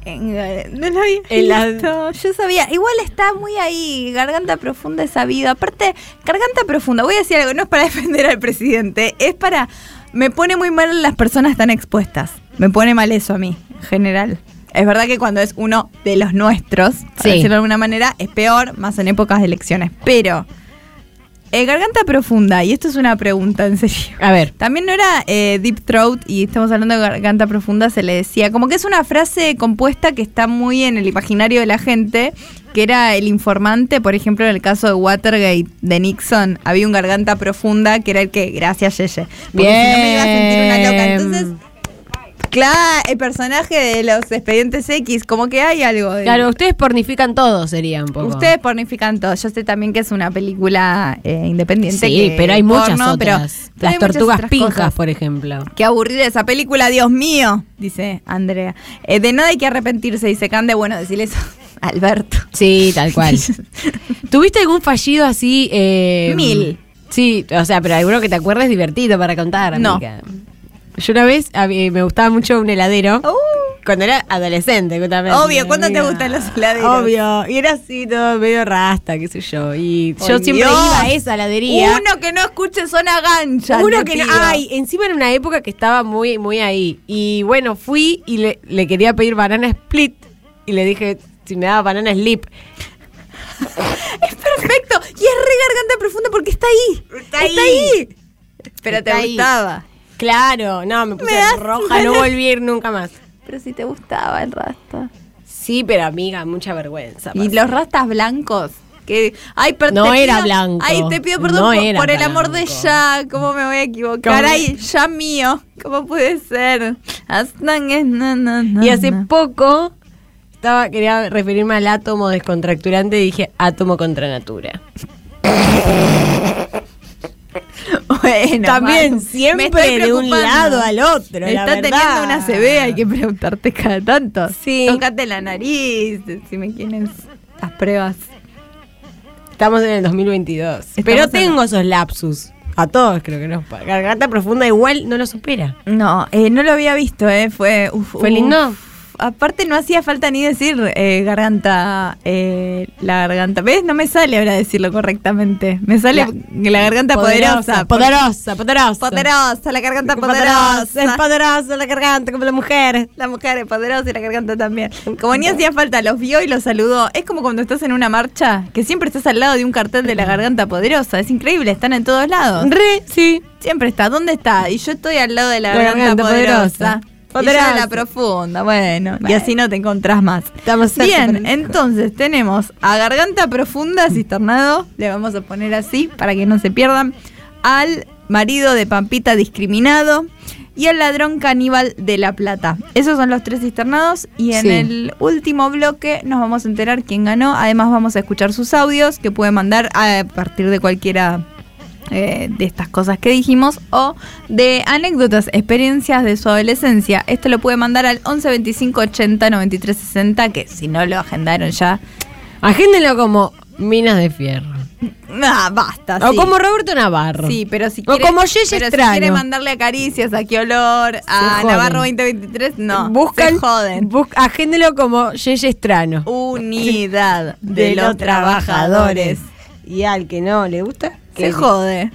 En- No lo había
En la-
visto. Yo sabía. Igual está muy ahí. Garganta profunda es sabido. Aparte, garganta profunda. Voy a decir algo. No es para defender al presidente. Es para. Me pone muy mal las personas tan expuestas. Me pone mal eso a mí, en general. Es verdad que cuando es uno de los nuestros, para
Sí.
decirlo de alguna manera, es peor, más en épocas de elecciones. Pero. eh, garganta profunda, y esto es una pregunta en serio.
A ver,
También no era eh, Deep Throat y estamos hablando de garganta profunda, se le decía. Como que es una frase compuesta que está muy en el imaginario de la gente, que era el informante, por ejemplo, en el caso de Watergate de Nixon, había un garganta profunda que era el que, gracias Yeye, porque si no me iba a sentir una loca.
Bien.
Entonces, claro, el personaje de los expedientes X, como que hay algo de...
claro, ustedes pornifican todo sería un poco.
Ustedes pornifican todo. Yo sé también que es una película eh, independiente.
Sí,
que-
pero hay muchas
porno, pero-
otras.
pero hay
Las
muchas
tortugas
otras
pinjas,
cosas.
por ejemplo.
Qué aburrida esa película, Dios mío, dice Andrea. Eh, de nada hay que arrepentirse, dice Cande. Bueno, decirle eso a Alberto.
Sí, tal cual. ¿Tuviste algún fallido así? eh,
Mil.
Sí, o sea, pero alguno que te acuerdes divertido para contar.
No.
amiga. Yo una vez a mí me gustaba mucho un heladero.
Uh,
Cuando era adolescente, justamente.
Obvio, ¿cuándo
amiga.
te gustan los heladeros?
Obvio. Y era así, todo medio rasta, qué sé yo. Y
Por
yo siempre
Dios.
iba a esa heladería.
Uno que no escuche zona gancha.
Uno
te
que no.
pido.
Ay, encima era una época que estaba muy, muy ahí. Y bueno, fui y le, le quería pedir banana split. Y le dije si me daba banana slip.
Es perfecto. Y es re garganta profunda porque está ahí.
Está ahí.
Pero
Está
te
ahí.
gustaba.
Claro, no, me puse
Me das
roja, no
ganas.
volví a ir nunca más.
Pero si te gustaba el rasta.
Sí, pero amiga, mucha vergüenza.
Y
pasa.
los rastas blancos. Que, ay, per-
No
te
era
pido-
blanco.
Ay, te pido perdón
No
por,
era
por el amor de
blanco.
ya. ¿Cómo me voy a equivocar?
¿Cómo?
Ay, ya mío. ¿Cómo puede ser? Aslan es na, na, na,
Y hace
na.
poco estaba quería referirme al átomo descontracturante y dije átomo contra natura.
Bueno,
También
Manu,
siempre
me estoy
de un
preocupando.
lado al otro, la
Está
verdad.
teniendo una CB, hay que preguntarte cada tanto.
Sí.
Tócate la nariz, decime quiénes las pruebas.
Estamos en el 2022. pero
en-
tengo esos lapsus. A todos creo que nos pasa. Garganta profunda igual no lo supera.
No, eh, no lo había visto, eh. Fue, uf,
¿Fue
uf.
lindo?
Aparte no hacía falta ni decir eh, garganta, eh, la garganta. ¿Ves? No me sale ahora decirlo correctamente. Me sale la, garganta poderosa.
Poderosa, poderosa.
Poderosa, la garganta
Poderosa, Es
poderosa.
poderosa la garganta como la mujer.
La mujer es poderosa y la garganta también. Como ni hacía falta, los vio y los saludó. Es como cuando estás en una marcha, que siempre estás al lado de un cartel de la garganta poderosa. Es increíble, están en todos lados.
Re, sí.
Siempre está, ¿dónde está? Y yo estoy al lado de la,
La
garganta,
garganta
poderosa.
poderosa.
Poderosa.
Poderosa.
la profunda, bueno, Y así no te encontrás más.
Estamos cerca,
Bien,
pero-
entonces tenemos a garganta profunda, cisternado, le vamos a poner así para que no se pierdan, al marido de Pampita discriminado y al ladrón caníbal de La Plata. Esos son los tres cisternados y en
Sí.
el último bloque nos vamos a enterar quién ganó. Además vamos a escuchar sus audios que pueden mandar a partir de cualquiera eh, de estas cosas que dijimos o de anécdotas, experiencias de su adolescencia. Esto lo puede mandar al 11 25 80 93 60, que si no lo agendaron ya,
Agéndenlo como Minas de Fierro.
nah, ah, basta.
O
sí.
como Roberto Navarro.
Sí, pero si
O
quiere,
como Yeye
pero si
Estrano.
quiere mandarle a Caricias, a Quiolor, a
joden.
Navarro 2023, no.
Buscan,
se joden.
bus- agéndenlo como Yeye Estrano.
Unidad de los trabajadores.
Y al que no le gusta,
Se
que
jode.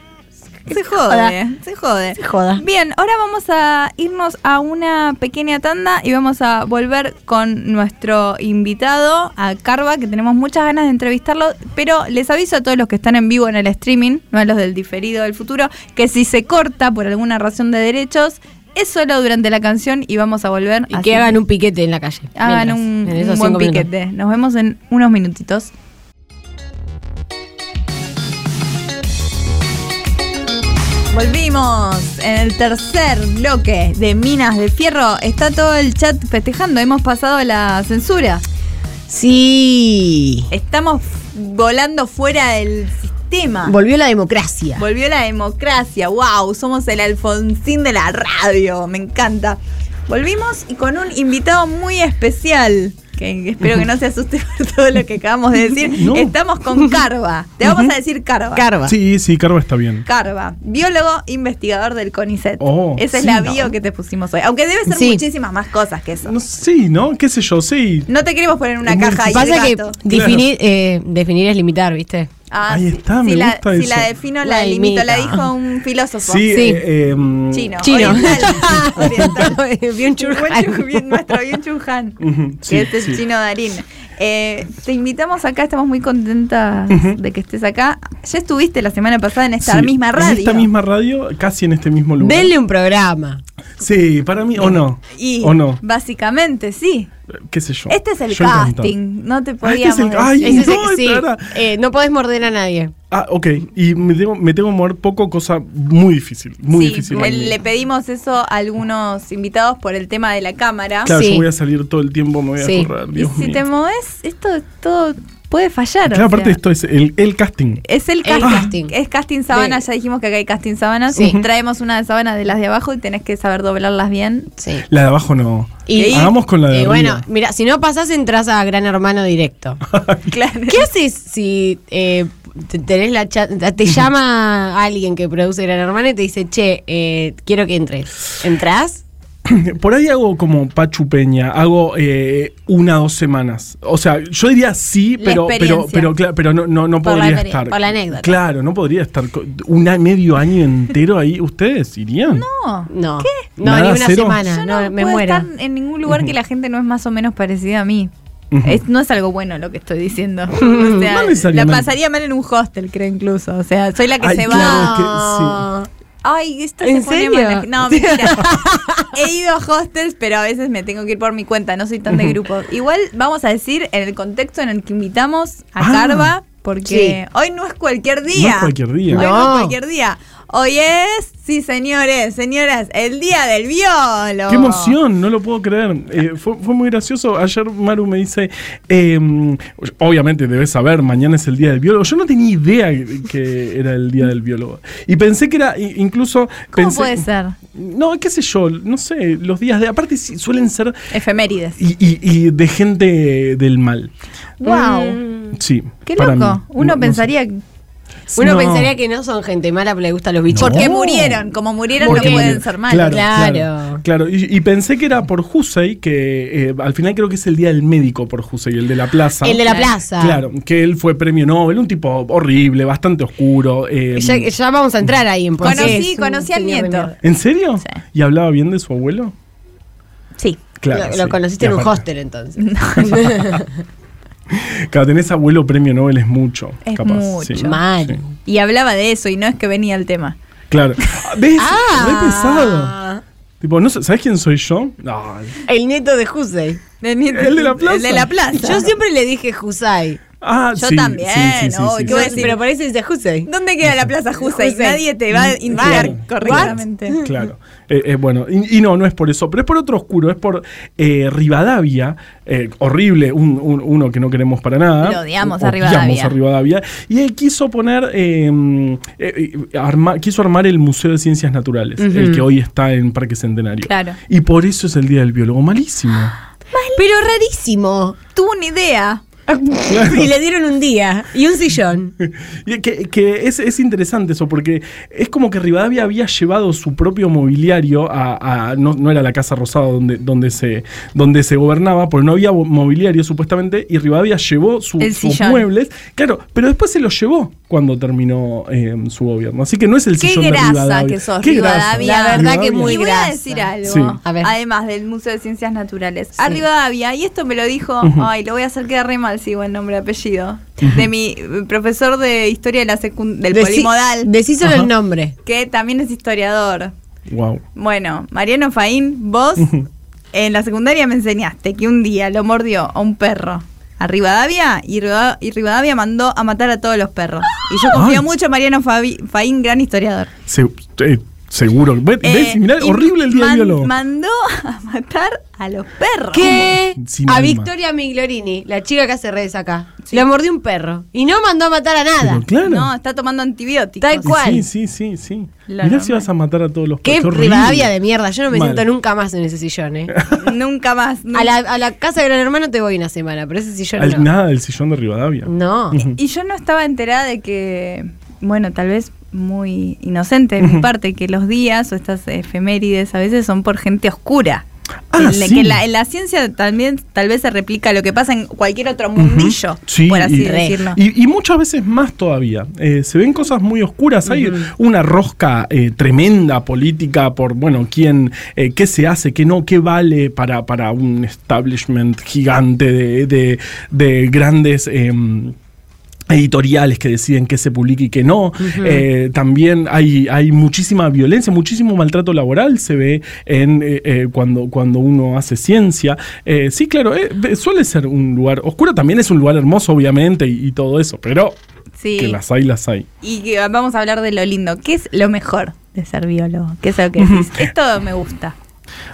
Se jode, se jode.
Se joda.
Bien, ahora vamos a irnos a una pequeña tanda y vamos a volver con nuestro invitado, a Carva, que tenemos muchas ganas de entrevistarlo, pero les aviso a todos los que están en vivo en el streaming, no a los del diferido del futuro, que si se corta por alguna razón de derechos, es solo durante la canción y vamos a volver.
Y
así
que hagan un piquete en la calle.
hagan
Mientras,
un,
en
un
esos
buen
cinco minutos.
piquete. Nos vemos en unos minutitos. Volvimos en el tercer bloque de Minas de Fierro. Está todo el chat festejando. Hemos pasado la censura.
Sí.
Estamos volando fuera del sistema.
Volvió la democracia.
Volvió la democracia, wow, somos el Alfonsín de la radio, me encanta. Volvimos y con un invitado muy especial, que espero que no se asuste por todo lo que acabamos de decir.
No.
Estamos con Carva, te vamos a decir Carva.
Carva.
Sí, sí, Carva está bien.
Carva, biólogo investigador del CONICET.
Oh,
Esa es
sí,
la
no.
bio que te pusimos hoy, aunque debe ser
Sí.
muchísimas más cosas que eso.
No, sí, ¿no? ¿Qué sé yo? Sí.
No te queremos poner en una
Es muy
caja y
Pasa que
gato.
definir, eh, definir es limitar, ¿viste?
Ah,
Ahí
sí.
está,
si
me
la,
gusta
Si
eso.
la defino, la
La
delimito, la
imita.
dijo un filósofo.
Sí,
Sí.
eh, eh, mm,
Chino.
Chino.
Oriental. oriental.
Bien
Igual
churro.
Chu- bien- nuestro bien Chuján,
Ujú,
que
sí,
es el
sí.
chino Darín. Eh, te invitamos acá, estamos muy contentas
Ujú.
de que estés acá. Ya estuviste la semana pasada en esta
sí,
misma
En
radio.
esta misma radio, casi en este mismo lugar.
Denle un programa.
Sí, para mí, o no.
Y
O no.
básicamente, sí.
Qué sé yo.
Este es el
Yo encantado.
casting, no te
Ah, este
podíamos
es el-
decir.
ay,
Ese es el-
No,
sí,
Clara.
eh, no podés morder a nadie.
Ah, ok. Y me tengo, me tengo que mover poco, cosa muy difícil. Muy
Sí,
difícil.
le- le pedimos eso a algunos invitados por el tema de la cámara.
Claro,
Sí.
yo voy a salir todo el tiempo, me voy
Sí.
a correr.
y
Dios
si
mío.
te moves, esto todo puede fallar.
Claro,
o
aparte,
sea.
esto es el, el casting.
Es el
El
casting.
casting.
Es casting sábana,
De-
ya dijimos que acá hay casting sábanas.
Sí.
Traemos una de sábana de las de abajo y tenés que saber doblarlas bien.
Sí.
La de abajo no.
Y-
Hagamos con la de
Y bueno,
arriba.
mira, si no pasás, entras a Gran Hermano directo.
Claro.
¿Qué haces si eh, te- tenés la cha- te llama alguien que produce Gran Hermano y te dice, che, eh, quiero que entres? ¿Entrás?
Por ahí hago como Pachu Peña, hago eh, una o dos semanas. O sea, yo diría sí,
La
pero pero
experiencia.
pero, cla- pero no, no, no
Por la
podría
experien-
estar.
por la anécdota.
Claro, no podría estar co- un a- medio año entero ahí. ¿Ustedes irían?
No.
No. No,
Nada,
ni una
cero.
semana.
Yo
no,
no,
me
puedo
muero.
estar en ningún lugar que la gente no es más o menos parecida a mí.
Ujú.
Es- no es algo bueno lo que estoy diciendo. O sea,
No
la
necesariamente.
pasaría mal en un hostel, creo incluso. O sea, soy la que
Ay,
se va.
claro, que
Oh,
sí.
Ay, esto
¿En
se pone
serio?
mal. No, mentira. He ido a hostels, pero a veces me tengo que ir por mi cuenta, no soy tan de grupo. Igual vamos a decir en el contexto en el que invitamos a
Ah.
Carva, porque hoy no es cualquier día.
No es cualquier día.
Hoy no.
No.
es cualquier día. Hoy es, sí señores, señoras, el día del biólogo.
¡Qué emoción! No lo puedo creer. Eh, fue, fue muy gracioso. Ayer Maru me dice, eh, obviamente debes saber, mañana es el Día del Biólogo. Yo no tenía idea que era el Día del Biólogo. Y pensé que era, i- incluso...
¿Cómo
pensé-
puede ser?
No, qué sé yo, no sé, los días de... Aparte sí, suelen ser...
Efemérides.
Y, y- y de gente del mal.
Wow.
Mm.
Sí.
Qué
Mm. para
loco.
mí.
Uno
No- no
pensaría
sé.
Uno
No.
pensaría que no son gente mala, pero le gustan los bichos.
porque
No.
murieron, como murieron
Porque
no pueden
murieron.
ser malos.
Claro,
Claro.
claro. claro. Y, y pensé que era por Husey, que eh, al final creo que es el día del médico por Husey, el de la plaza.
El de la
Claro.
plaza.
Claro, que él fue premio Nobel, un tipo horrible, bastante oscuro. eh,
Ya, ya vamos a entrar ahí en por qué
Conocí,
es un
conocí al
señor de
nieto.
mierda.
¿En serio?
Sí.
¿Y hablaba bien de su abuelo?
Sí.
Claro.
lo, lo
sí.
conociste
Y
en un
aparte-
hostel entonces.
Claro, tenés abuelo premio Nobel es mucho.
Es
capaz,
mucho.
sí,
Mal.
sí.
Y hablaba de eso y no es que venía el tema.
Claro. ¿Ves?
Ah.
Re pesado. Tipo, no sé, ¿sabes quién soy yo? Ay.
El nieto de Husey.
¿El de la plaza?
El de la plaza.
Yo siempre le dije Husay.
Ah,
Yo
sí,
también,
sí, sí, sí,
oh,
sí,
qué voy a
sí.
decir?
Pero parece que dice Husey.
¿Dónde queda la plaza Jusa? Y
Justa.
nadie te va a indicar
Claro.
correctamente.
Claro. Eh, eh, bueno, y, y no, no es por eso, pero es por otro oscuro, es por eh, Rivadavia, eh, horrible, un- un- uno que no queremos para nada.
Lo odiamos a
arriba
Rivadavia.
Rivadavia. Y él quiso poner, eh, eh, eh, arma- quiso armar el Museo de Ciencias Naturales, el que hoy está en Parque Centenario.
Claro.
Y por eso es el Día del Biólogo, malísimo.
Pero rarísimo.
Tuvo una idea.
Y le dieron un día y un sillón.
Y Que, que es, es interesante eso, porque es como que Rivadavia había llevado su propio mobiliario a. a- no, no era la Casa Rosada donde, donde, se, donde se gobernaba, porque no había bo- mobiliario supuestamente, y Rivadavia llevó su-
El
sus
sillón.
muebles. Claro, pero después se los llevó cuando terminó eh, su gobierno. Así que no es el
Qué
sillón de
grasa
Rivadavia.
que sos,
Qué grasa.
Rivadavia.
La verdad que muy
Y voy a
grasa.
decir algo,
Sí.
A ver.
además del Museo de Ciencias Naturales. A Rivadavia, y esto me lo dijo,
Ujú.
ay, lo voy a hacer quedar re mal si digo el nombre y apellido, de mi eh, profesor de historia de la secund- del
Decí-
polimodal,
Decí solo
Ajá.
el nombre.
que también es historiador.
Wow.
Bueno, Mariano Faín, vos
Ujú.
en la secundaria me enseñaste que un día lo mordió a un perro a Rivadavia y, Riva- y Rivadavia mandó a matar a todos los perros. Y yo confío
Ay.
mucho en Mariano Fabi- Faín, gran historiador.
Se- eh, seguro. Ve- ves,
Eh,
mirá,
y
horrible el Día
man-
del Biólogo.
Mandó a matar a los perros.
¿Qué?
Sin
a
alma.
Victoria Miglorini, la chica que hace redes acá. La mordió un perro. Y no mandó a matar a nada.
Pero claro.
No, está tomando antibióticos.
Tal cual.
Sí, sí, sí, sí.
La
Mirá
normal.
si vas a matar a todos los
Qué
horrible.
Rivadavia de mierda. Yo no me
Mal.
siento nunca más en ese sillón, eh.
Nunca más. nunca-
A la, a la casa de Gran Hermano te voy una semana, pero ese sillón
Al-
no.
Nada del sillón de Rivadavia.
No.
Y yo no estaba enterada de que, bueno, tal vez muy inocente de mi parte, que los días o estas efemérides a veces son por gente oscura.
Ah,
En la-
sí.
Que en la, en la ciencia también tal vez se replica lo que pasa en cualquier otro mundillo,
Sí,
por así
y-
decirlo.
Y, y muchas veces más todavía. Eh, se ven cosas muy oscuras. Hay una rosca eh, tremenda política por, bueno, quién, eh, qué se hace, qué no, qué vale para, para un establishment gigante de, de- de grandes. em, editoriales que deciden qué se publica y qué no. Eh, también hay, hay muchísima violencia, muchísimo maltrato laboral se ve en eh, eh, cuando, cuando uno hace ciencia. Eh, sí, claro, eh, ve- suele ser un lugar oscuro, también es un lugar hermoso, obviamente, y, y todo eso, pero
Sí.
que las hay, las hay.
Y que vamos a hablar de lo lindo. ¿Qué es lo mejor de ser biólogo? ¿Qué es lo que decís? Esto me gusta.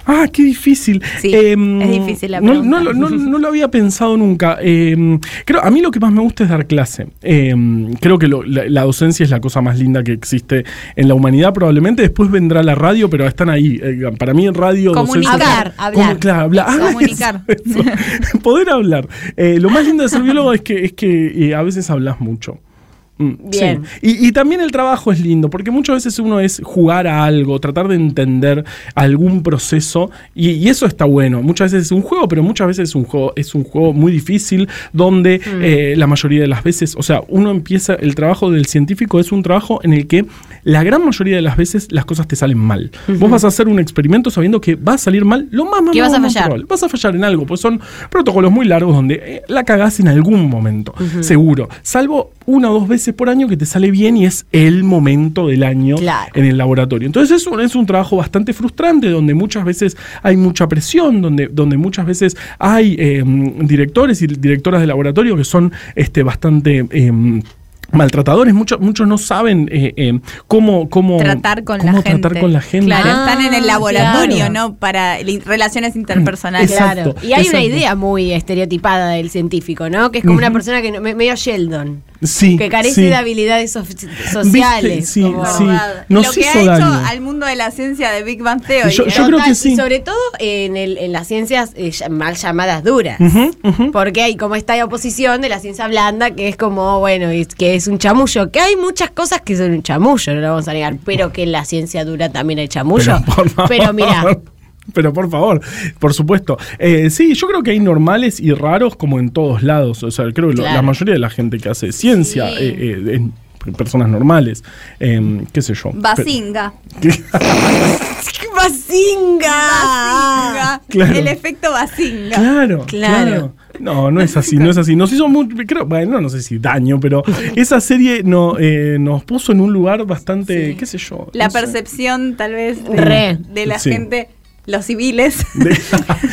Ah, qué difícil. Em,
Sí, es difícil la
no-
pregunta.
No, lo- no- no lo había pensado nunca. Eh, creo, a mí lo que más me gusta es dar clase. Eh, creo que lo- la, la docencia es la cosa más linda que existe en la humanidad. Probablemente después vendrá la radio, pero están ahí. Eh, para mí en radio... docencia-
Comunicar,
Como-
hablar.
claro, hablar. Ah,
Comunicar.
eso, eso. Poder hablar. Eh, lo más lindo de ser biólogo es que, es que eh, a veces hablas mucho. Mm,
Bien.
sí. Y, y también el trabajo es lindo, porque muchas veces uno es jugar a algo, tratar de entender algún proceso, y, y eso está bueno. Muchas veces es un juego, pero muchas veces es un juego, es un juego muy difícil, donde
Mm.
eh, la mayoría de las veces, o sea, uno empieza, el trabajo del científico es un trabajo en el que la gran mayoría de las veces las cosas te salen mal. Vos vas a hacer un experimento sabiendo que va a salir mal lo más, más,
Que vas
más,
a
más
fallar.
probable. Vas a fallar en algo, pues son protocolos muy largos donde eh, la cagás en algún momento, seguro. Salvo una o dos veces por año que te sale bien y es el momento del año
Claro.
en el laboratorio. Entonces es un, es un trabajo bastante frustrante donde muchas veces hay mucha presión, donde, donde muchas veces hay eh, directores y directoras de laboratorio que son este, bastante... eh, maltratadores, muchos, muchos no saben eh, eh, cómo, cómo
Tratar con
cómo
la gente.
tratar con la gente.
Claro,
Ah,
están en el laboratorio,
claro.
¿no? Para li- relaciones interpersonales.
Mm, Exacto.
Claro. Y hay una
exacto.
idea muy estereotipada del científico, ¿no? Que es como una
Ujú.
persona que no- me- medio Sheldon,
Sí,
que carece
sí.
de habilidades sof- sociales.
Viste, sí,
como-
sí.
¿Verdad?
Nos
lo que
hizo
ha hecho
daño.
al mundo de la ciencia de Big Bang Theory.
Yo-
¿eh?
yo- creo que
y
sí.
sobre todo en, el- en las ciencias eh, ya- mal llamadas duras.
Ujú, ujú.
Porque hay como esta oposición de la ciencia blanda, que es como, bueno, es- que es un chamullo. Que hay muchas cosas que son un chamullo, no lo vamos a negar. Pero que en la ciencia dura también hay chamullo.
Pero, por favor.
Pero mira,
Pero por favor, por supuesto. Eh, sí, yo creo que hay normales y raros como en todos lados. O sea, creo que lo-
Claro.
la mayoría de la gente que hace ciencia
Sí.
eh, eh, en personas normales, Em, qué sé yo.
Basinga.
¡Basinga!
Basinga.
Claro.
El efecto Basinga.
Claro, claro.
Claro.
No, no es así, no es así. Nos hizo muy, creo, bueno, no sé si daño, pero esa serie no, eh, nos puso en un lugar bastante, qué sé yo.
La
no sé.
percepción, tal vez, de,
Re.
de la
Sí.
gente, los civiles,
De-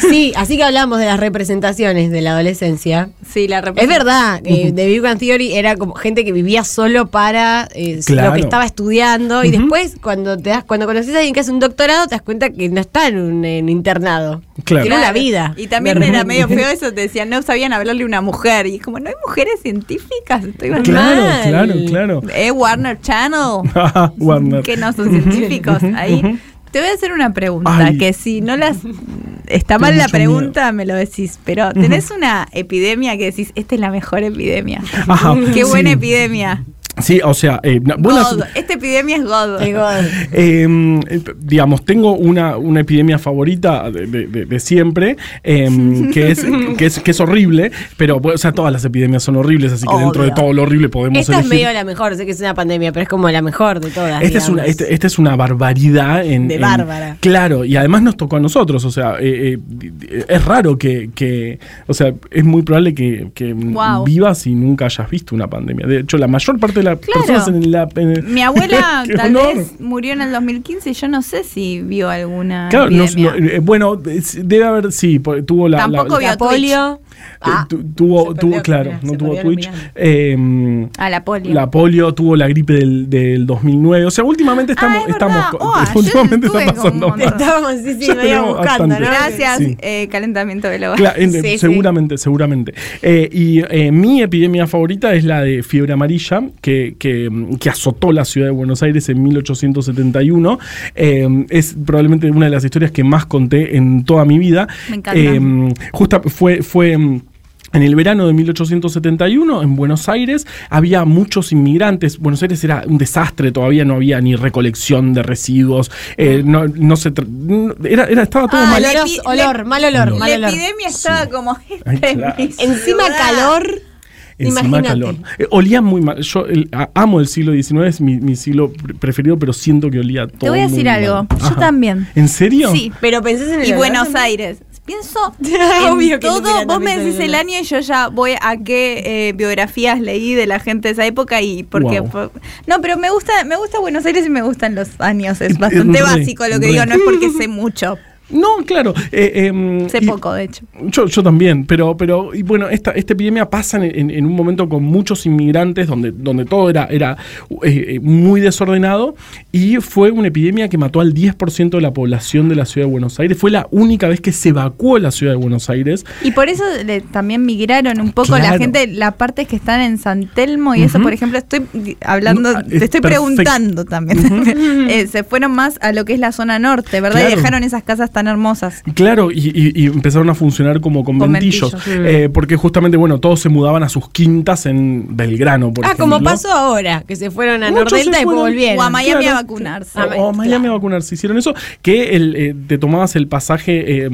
Sí, así que hablamos de las representaciones de la adolescencia.
Sí, la
Es verdad, eh, The Big Bang Theory era como gente que vivía solo para eh,
Claro.
lo que estaba estudiando y
Ujú.
después cuando te das, cuando conoces a alguien que hace un doctorado te das cuenta que no está en un, en un internado,
Claro.
tiene una
Claro.
vida.
Y también era medio feo eso, te decían, no sabían hablarle a una mujer. Y es como, no hay mujeres científicas, estoy mal.
Claro, claro, claro.
Eh, Warner Channel.
Warner.
Que no son científicos. Ahí. Te voy a hacer una pregunta,
Ay.
que si no las... Está
Tengo
mal la
mucho
pregunta, me lo decís, pero tenés una epidemia que decís, esta es la mejor epidemia.
Ajá,
Qué buena
sí.
epidemia.
Sí, o sea, eh, na- buenas-
God. Esta epidemia es God.
Eh, eh, digamos, tengo una, una epidemia favorita de, de- de- de siempre, eh, que, es, que, es, que es horrible, pero, o sea, todas las epidemias son horribles, así que dentro de
Obvio.
todo lo horrible podemos
Esta es
elegir.
medio la mejor, sé que es una pandemia, pero es como la mejor de todas.
Esta es, una,
digamos.
este- esta es una barbaridad. En,
De
en-
bárbara.
claro, y además nos tocó a nosotros. O sea, eh, eh, di- di- es raro que, que- O sea, es muy probable que, que
Guau.
vivas y nunca hayas visto una pandemia. De hecho, la mayor parte de las
Claro.
personas en la. en-
Mi abuela
¡Qué
tal
honor!
vez murió en el 2015 y yo no sé si vio alguna
Claro, no-
epidemia.
no, eh, bueno, es- debe haber, sí, po- tuvo la. la-
Tampoco
la-
vio
La polio.
eh,
Ah,
tu- tuvo,
se
tuvo-
perdió,
claro,
mira,
no
se
tuvo
perdió la
Twitch.
mirada.
Eh,
a Ah, la polio.
la polio tuvo la gripe del, del 2009. O sea, últimamente estamos.
es verdad.
estamos
Oh, ayer
últimamente está
estuve con un
pasando.
montón.
Estábamos, sí, sí,
Ya
medio
tenemos
buscando,
bastante.
¿no?
Gracias,
Sí.
eh, calentamiento del hogar.
Cla- en-
Sí, sí.
seguramente, seguramente. Eh, y eh, mi epidemia favorita es la de fiebre amarilla, que, que, mm, que azotó la ciudad de Buenos Aires en 1871. Eh, es probablemente una de las historias que más conté en toda mi vida.
Me encanta.
Eh, justa fue. fue mm, en el verano de 1871, en Buenos Aires, había muchos inmigrantes. Buenos Aires era un desastre, todavía no había ni recolección de residuos, eh, no, no se... tra- no- Era, era- estaba todo
Mm. Ah,
mal.
Mal olor,
le-
olor, mal olor,
Olor.
mal
la
olor.
epidemia estaba como esta
Ay,
es
claro.
mi
Encima
ciudad.
calor.
Encima
Imagínate.
calor. Eh, olía muy mal. Yo el- a- amo el siglo XIX, es mi, mi siglo pre- preferido, pero siento que olía todo.
Te voy a
muy
decir
mal.
algo. Yo
Ajá.
también.
¿En serio?
Sí.
Pero pensás en el
Y
olor
Buenos
también.
Aires. Pienso en
Obvio que no
todo.
miran
Vos
a
me
mí,
decís el
Daniela.
año y yo ya voy a qué eh, biografías leí de la gente de esa época y porque
Wow.
por- no, pero me gusta, me gusta Buenos Aires y me gustan los años.
Eh,
Es bastante
re,
básico lo que
re.
digo. No es porque sé mucho,
No, claro. Eh, em,
sé
y-
poco de hecho.
Yo, yo también, pero, pero y bueno, esta, esta epidemia pasa en, en- en un momento con muchos inmigrantes, donde, donde todo era, era eh, eh, muy desordenado, y fue una epidemia que mató al 10% de la población de la ciudad de Buenos Aires. Fue la única vez que se evacuó la ciudad de Buenos Aires.
Y por eso le- también migraron un poco
Claro.
la gente, la parte que están en San Telmo y eso,
Ujú.
por ejemplo, estoy hablando,
No, ah, es
te estoy
perfecto.
preguntando también. Eh, se fueron más a lo que es la zona norte, ¿verdad? Y
Claro.
dejaron esas casas tan hermosas.
Claro, y, y- y empezaron a funcionar como conventillos.
Conventillos.
Eh, porque justamente, bueno, todos se mudaban a sus quintas en Belgrano, por
Ah,
ejemplo.
como pasó ahora, que se fueron a
Muchos
Nordelta
se
y
fueron-
volvieron.
O a Miami a vacunarse.
O, o a Miami a vacunarse. Hicieron eso, que el, eh, te tomabas el pasaje eh,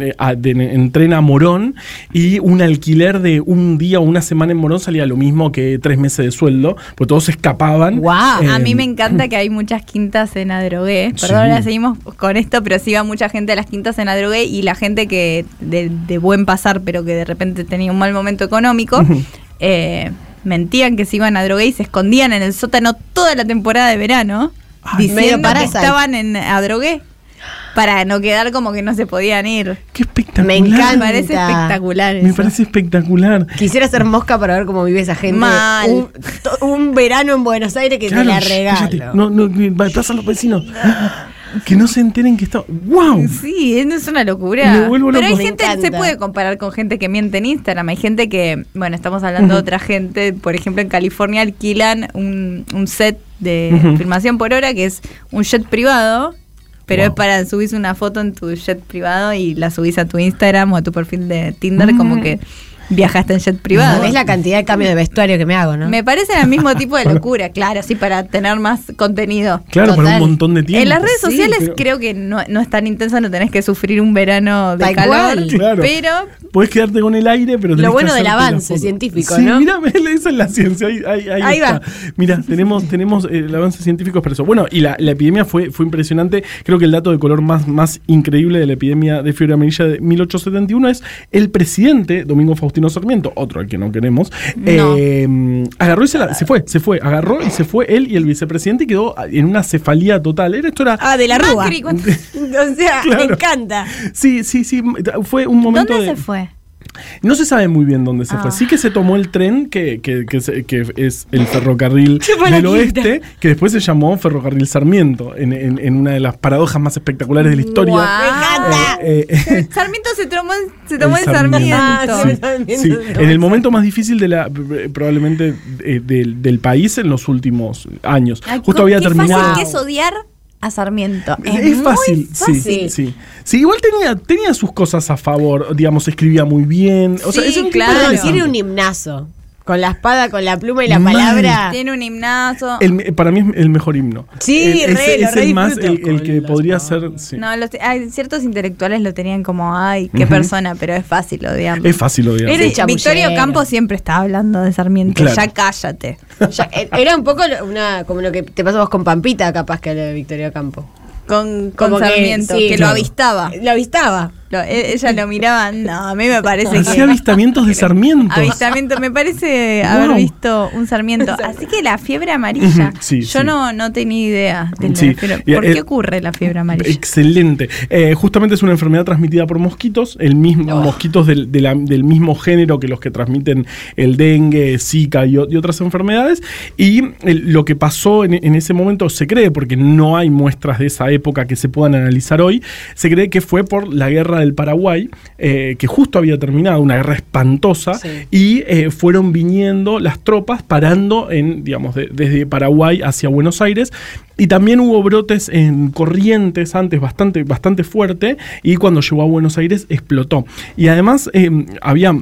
eh, a- de- en tren a Morón y un alquiler de un día o una semana en Morón salía lo mismo que tres meses de sueldo, porque todos se escapaban.
Guau.
Eh,
Ah, A mí me encanta que hay muchas quintas en Adrogué.
Sí.
Perdón, ahora seguimos con esto, pero sí va mucha gente a las quintas en Adrogué y la gente que de, de buen pasar, pero que de repente tenía un mal momento económico, eh, mentían que se iban a Adrogué y se escondían en el sótano toda la temporada de verano,
Ay,
medio
diciendo que
Parasite.
estaban en Adrogué para no quedar como que no se podían ir.
¡Qué espectacular!
Me
Me
encanta.
parece espectacular.
Me
eso.
parece espectacular.
Quisiera ser mosca para ver cómo vive esa gente.
Mal.
Un, to- un verano en Buenos Aires que te
Claro,
la
sh- cállate.
regalo.
No, no, que- va, pasa a los vecinos. Que no se enteren que está. ¡Wow!
Sí, es una locura.
Me vuelvo
Pero hay
loco.
Me
gente, se
encanta.
puede comparar con gente que miente en Instagram. Hay gente que, bueno, estamos hablando de otra gente. Por ejemplo, en California alquilan un, un set de
Ujú.
filmación por hora que es un jet privado. Pero
Wow.
es para subís una foto en tu jet privado y la subís a tu Instagram o a tu perfil de Tinder, como que viajaste en jet privado.
¿Ves la cantidad de cambios de vestuario que me hago, no?
Me parecen el mismo tipo de locura, claro, sí, para tener más contenido.
Claro, para un
Total.
montón de tiempo.
En las redes
pues Sí,
sociales
pero
creo que no, no es tan intensa, no tenés que sufrir un verano de
Tal
calor.
cual.
Claro.
Pero
Podés quedarte con el aire, pero tenés que
bueno del
hacerte la
avance
foto.
científico,
sí,
¿no?
Mira, esa es la ciencia. Ahí, ahí- ahí
Ahí va.
está. Mira, tenemos, tenemos eh, el avance científico expreso. Bueno, y la, la epidemia fue, fue impresionante. Creo que el dato de color más, más increíble de la epidemia de fiebre amarilla de 1871 es el presidente, Domingo Faustino Faustino Sarmiento, otro al que no queremos,
No.
eh, agarró y se, la- se fue, se fue, agarró y se fue él y el vicepresidente y quedó en una cefalía total. Era- Esto era...
Ah, de la Rúa.
Macri, cuando-
O sea,
Claro.
me encanta.
Sí, sí, sí, fue un momento
¿Dónde
de...
se fue?
No se sabe muy bien dónde se
Ah.
fue. Sí que se tomó el tren que, que- que se- que es el ferrocarril
Qué mala
del
quinta.
oeste, que después se llamó Ferrocarril Sarmiento, en, en- en una de las paradojas más espectaculares de la historia.
Ah, Guau.
Eh, eh,
Sarmiento se tomó, se tomó el,
el Ah,
Sarmiento.
Sarmiento.
Sí, sí. en el momento más difícil de la probablemente eh, del, del país en los últimos años.
Ay,
Justo había
qué
terminado.
fácil Ah, que es odiar a Sarmiento. Es,
Es,
muy
fácil,
fácil.
Sí, sí. Sí, igual tenía, tenía sus cosas a favor, digamos, escribía muy bien. O sea,
Sí,
es un tipo
claro.
Perdón,
interesante.
tiene un himnazo. Con la espada, con la pluma y la
Mal.
palabra.
Tiene un himnazo.
El me- para mí es el mejor himno.
Sí,
El-
re,
ese-
lo
es
re
el más el,
disfruto.
el que podría ser. sí.
No, los- hay ciertos intelectuales lo tenían como, ay, qué persona, pero es fácil odiarlo.
Es fácil odiar.
Era-
Sí, chamullero.
Victorio Campo siempre estaba hablando de Sarmiento.
Claro.
Ya cállate.
Ya, eh, era un poco lo- una, como lo que te pasó vos con Pampita, capaz que lo de Victoria Campo.
Con, con
Como que,
Sarmiento, que,
sí,
lo
claro.
avistaba.
Lo avistaba.
Lo- e- ella lo miraba. No, a mí me parece que.
Hacía avistamientos de Sarmiento.
Avistamiento, me parece haber
Wow.
visto un sarmiento. Así que la fiebre amarilla,
Ujú, sí,
yo
sí.
no, no tenía idea de la
Sí,
fiebre-
y,
¿Por
eh,
qué ocurre la fiebre amarilla?
Excelente. Eh, justamente es una enfermedad transmitida por mosquitos, el mismo
Oh.
mosquitos del, de la- del mismo género que los que transmiten el dengue, Zika y, o- y otras enfermedades. Y el- lo que pasó en, en ese momento se cree, porque no hay muestras de esa época que se puedan analizar hoy, se cree que fue por la guerra del Paraguay, eh, que justo había terminado, una guerra espantosa, y eh, fueron viniendo las tropas parando en, digamos, de- desde Paraguay hacia Buenos Aires. Y también hubo brotes en corrientes antes bastante, bastante fuerte y cuando llegó a Buenos Aires explotó. Y además eh, había...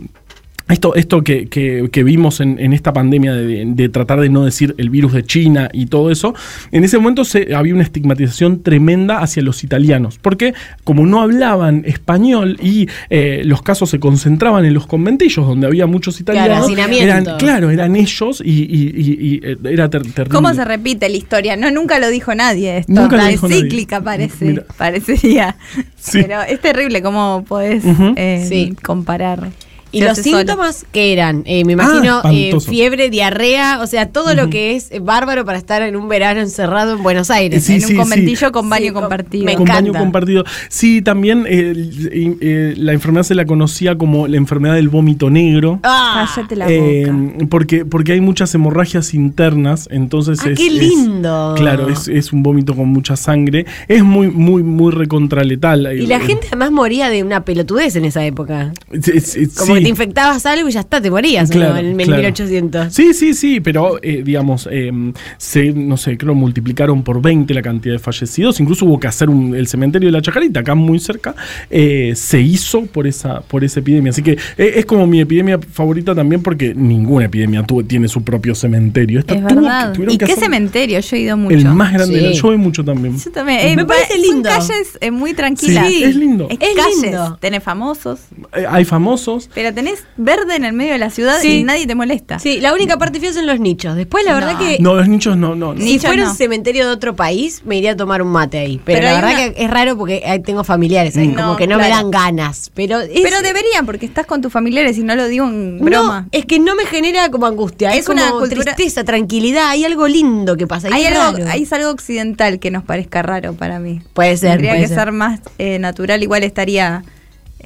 Esto, esto que, que- que vimos en, en esta pandemia de, de tratar de no decir el virus de China y todo eso, en ese momento se, había una estigmatización tremenda hacia los italianos, porque como no hablaban español y eh, los casos se concentraban en los conventillos donde había muchos italianos,
hacinamiento.
eran, claro, eran ellos y, y- y- y, eh, era ter- terrible.
¿Cómo se repite la historia? No, nunca lo dijo nadie esto.
Nunca lo
Tan
dijo nadie. Mm,
cíclica parece,
Mira.
parecería.
Sí.
Pero es terrible cómo podés
Ujú.
eh,
Sí.
comparar.
Y
Se
los
hace solo.
síntomas que eran, Eh, me imagino,
Ah,
eh,
espantoso.
fiebre, diarrea, o sea, todo lo que es eh, bárbaro para estar en un verano encerrado en Buenos Aires.
Sí,
en un
sí,
conventillo con baño
Sí, con-
compartido.
me
Con
encanta.
baño compartido. Sí, también eh, el- eh, eh, la enfermedad se la conocía como la enfermedad del vómito negro.
¡Ah!
Cállate la boca.
Eh, porque, porque hay muchas hemorragias internas, entonces
Ah,
es.
qué
es-
lindo.
claro, es, es un vómito con mucha sangre. Es muy, muy, muy recontraletal.
Y la gente además moría de una pelotudez en esa época.
Es- es- es-
Como
sí.
que te infectabas algo y ya está, te morías ¿o
Claro,
no? en, en
claro.
1800.
Sí, sí, sí, pero eh, digamos, eh, se, no sé, creo multiplicaron por 20 la cantidad de fallecidos. Incluso hubo que hacer un- el cementerio de la Chacarita, acá muy cerca, eh, se hizo por esa, por esa epidemia. Así que eh, es como mi epidemia favorita también, porque ninguna epidemia tuvo, tiene su propio cementerio. Esta
es
tuvo que-
verdad.
tuvieron
¿Y
que
qué
hacer
cementerio? Yo he ido mucho.
El más grande,
Sí.
era. yo voy mucho también.
Yo también. Eh,
Me
pa-
parece lindo.
Son calles eh, muy tranquilas.
Sí, es lindo.
Es,
Es
calles,
lindo.
Tenés famosos,
Eh, Hay famosos.
pero tenés verde en el medio de la ciudad
Sí.
y nadie te molesta.
Sí, la única parte fea son los nichos. Después, la verdad
No.
que.
No, los nichos no, no. no.
Si
Nichos
fuera
no.
un cementerio de otro país, me iría a tomar un mate ahí. Pero,
Pero
la
hay
verdad
una-
que es raro porque ahí tengo familiares ahí,
Mm.
como
No,
que no me
claro.
dan ganas. Pero, es,
Pero deberían, porque estás con tus familiares y no lo digo en
No,
broma.
es que no me genera como angustia. Es,
Es una
como
cultura-
tristeza, tranquilidad. Hay algo lindo que pasa. y
hay,
es
algo,
raro.
hay algo occidental que nos parezca raro para mí.
Puede ser.
Tendría
puede
que
ser.
ser más eh, natural, igual estaría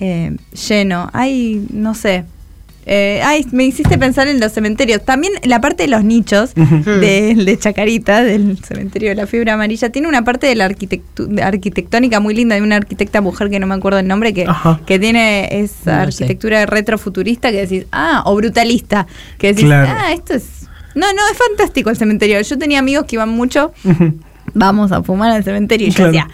eh, lleno. Ay, no sé. Eh, ay, me hiciste pensar en los cementerios. También la parte de los nichos de, de Chacarita, del cementerio de la fibra amarilla, tiene una parte de la arquitectu- de arquitectónica muy linda de una arquitecta mujer que no me acuerdo el nombre, que,
Ajá.
que tiene esa
No sé.
arquitectura retrofuturista que decís, ah, o brutalista, que decís,
Claro.
ah, esto es... No, no, es fantástico el cementerio. Yo tenía amigos que iban mucho vamos a fumar al cementerio. Y yo
Claro.
decía,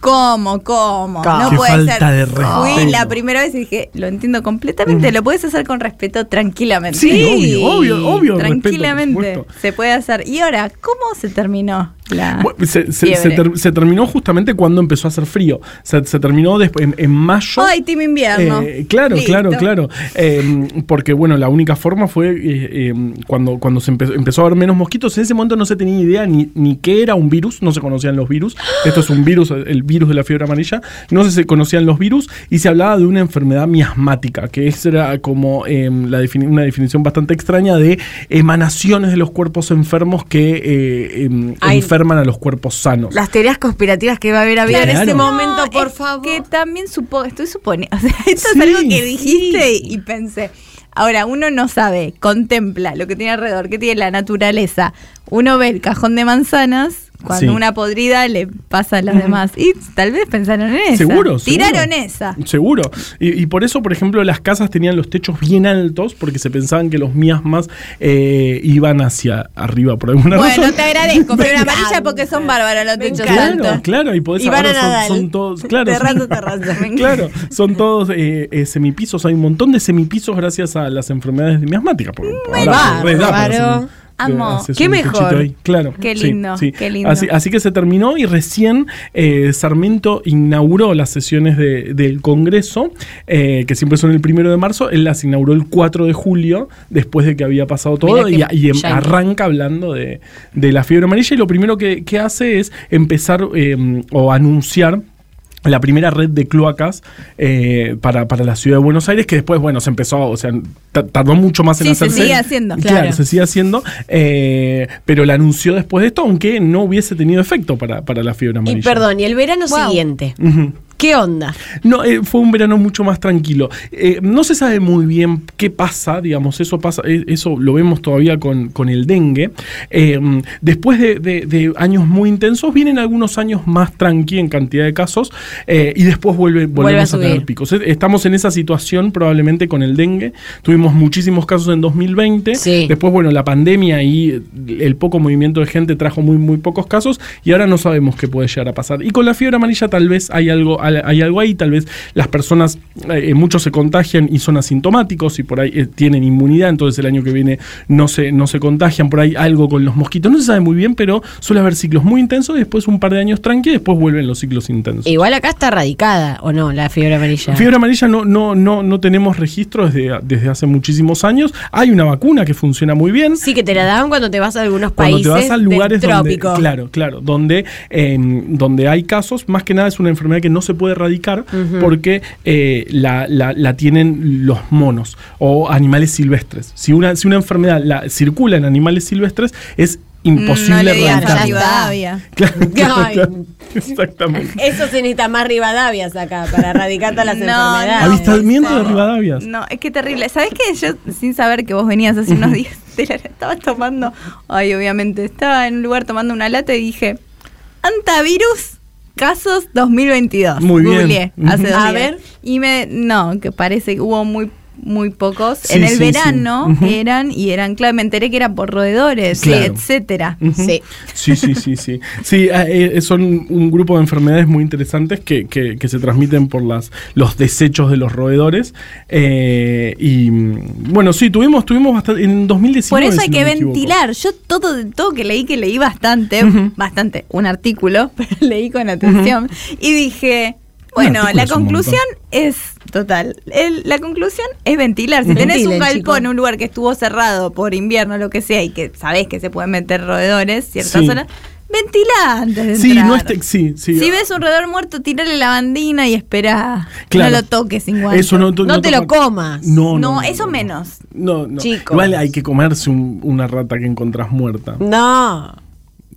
¿cómo, cómo?
Claro.
No
Qué
puede
falta
ser.
de
Fui
respeto.
la primera vez y dije, lo entiendo completamente, lo puedes hacer con respeto tranquilamente.
Sí, obvio, obvio, obvio, respeto, por
Tranquilamente
supuesto.
se puede hacer. Y ahora, ¿cómo se terminó La
Bueno, Se, se- se
fiebre.
ter- se terminó justamente cuando empezó a hacer frío. Se, se terminó después, en, en mayo.
Ay, Team Invierno.
Eh, claro,
Listo.
claro, claro. Eh, porque bueno, la única forma fue eh, eh, cuando, cuando se empe- empezó a haber menos mosquitos. En ese momento no se tenía idea ni, ni qué era un virus, no se conocían los virus. Esto es un virus, el virus de la fiebre amarilla. No se conocían los virus y se hablaba de una enfermedad miasmática, que esa era como eh, la defini- una definición bastante extraña de emanaciones de los cuerpos enfermos que eh, em,
Ay.
enferman a los cuerpos sanos.
Las teorías conspirativas que va a haber habido en
Claro.
este
No,
momento,
No,
por
es
favor.
Que también supo, estoy suponiendo. O sea, esto
Sí,
es algo que dijiste y- y pensé. Ahora, uno no sabe, contempla lo que tiene alrededor, que tiene la naturaleza. Uno ve el cajón de manzanas, cuando
Sí.
una podrida le pasa a las demás. Y tal vez pensaron en esa.
Seguro, seguro.
Tiraron esa.
Seguro. Y, y por eso, por ejemplo, las casas tenían los techos bien altos porque se pensaban que los miasmas eh, iban hacia arriba por alguna
Bueno,
razón.
te agradezco, pero amarilla porque son bárbaros los techos
Claro,
altos.
claro, y podés
Y van
ahora
a
son-
Nadal.
son, todos, claro,
Terraza,
son,
terraza.
claro, son todos eh, eh, semipisos, hay un montón de semipisos gracias a las enfermedades miasmáticas. Por, por ahora,
Mm, bárbaro.
da para hacer un-
Amo.
haces
Qué
un
mejor.
techito ahí. Claro.
Qué
sí,
lindo,
sí.
qué lindo.
Así, así que se terminó y recién eh, Sarmiento inauguró las sesiones de- del Congreso, eh, que siempre son el primero de marzo. Él las inauguró el 4 de julio, después de que había pasado todo, y,
Mirá qué
y em-
yankee.
arranca hablando de, de la fiebre amarilla. Y lo primero que, que hace es empezar eh, o anunciar la primera red de cloacas eh, para, para la ciudad de Buenos Aires, que después, bueno, se empezó, o sea, ta- tardó mucho más en
Sí, se
hacerse.
sigue haciendo.
Claro,
Claro.
se sigue haciendo, eh, pero la anunció después de esto, aunque no hubiese tenido efecto para, para la fiebre amarilla.
Y perdón, y el verano
Wow.
siguiente.
Ujú.
¿Qué onda?
No, eh, fue un verano mucho más tranquilo. Eh, no se sabe muy bien qué pasa, digamos, eso pasa, eh, eso lo vemos todavía con, con el dengue. Eh, después de, de- de años muy intensos, vienen algunos años más tranqui en cantidad de casos eh, y después vuelve,
a
volvemos a, tener
subir.
picos. Eh, Estamos en esa situación probablemente con el dengue. Tuvimos muchísimos casos en 2020.
Sí.
Después, bueno, la pandemia y el poco movimiento de gente trajo muy, muy pocos casos y ahora no sabemos qué puede llegar a pasar. Y con la fiebre amarilla tal vez hay algo, al- hay algo ahí, tal vez las personas, eh, eh, muchos se contagian y son asintomáticos y por ahí eh, tienen inmunidad, entonces el año que viene no se, no se contagian, por ahí algo con los mosquitos. No se sabe muy bien, pero suele haber ciclos muy intensos, después un par de años tranqui, después vuelven los ciclos intensos.
Igual acá está radicada, ¿o no? La fiebre amarilla.
Fiebre amarilla no, no, no, no tenemos registro desde, desde hace muchísimos años. Hay una vacuna que funciona muy bien.
Sí, que te la dan cuando te vas a algunos
Cuando
países
te vas a
del
lugares donde,
trópico.
claro, claro, donde, eh, donde hay casos, más que nada es una enfermedad que no se puede erradicar porque eh, la, la- la tienen los monos o animales silvestres. Si una, si una enfermedad la, circula en animales silvestres, es imposible
Mm, no le digas a
erradicarla.
Rivadavia.
Claro, claro,
Ay.
claro. Exactamente.
Eso se necesita más Rivadavias acá para erradicar todas las
No,
enfermedades.
no.
Avistamiento de Rivadavias.
No, es que terrible. ¿Sabes qué? Yo, sin saber que vos venías hace unos días, te la estaba tomando. Ay, obviamente, estaba en un lugar tomando una lata y dije: Antavirus casos 2022.
Muy bien.
Googleé hace dos
A
días.
ver.
Y me. No, que parece que hubo muy muy pocos
Sí,
en el
sí, sí.
verano
Ujú.
eran y eran claro me enteré que era por roedores
Claro.
y etcétera
Ujú.
Sí.
Sí, sí, sí, sí. Sí, ah, eh, son un grupo de enfermedades muy interesantes que, que- que se transmiten por las, los desechos de los roedores. Eh, y mm, bueno, sí, tuvimos, tuvimos bastante. En 2019.
Por eso hay
si no
que
me equivoco.
ventilar. Yo todo, todo que leí, que leí bastante,
Ujú.
bastante, un artículo, pero leí con atención. Y dije, bueno,
artículo
la
es un
conclusión es total. el- la conclusión es ventilar. Si tenés
Ventilen,
un galpón,
chicos.
un lugar que estuvo cerrado por invierno, lo que sea, y que sabés que se pueden meter roedores, ciertas
Sí.
horas, ventilá antes de
Sí,
entrar.
no este, sí, sí.
Si ves un roedor muerto, tirale la bandina y esperá.
Claro.
No lo toques sin guantes.
Eso no,
No te lo
toca-
comas.
No, no,
No,
no,
eso
no.
menos.
No, no.
Chicos.
Igual hay que comerse un- una rata que encontrás muerta.
No.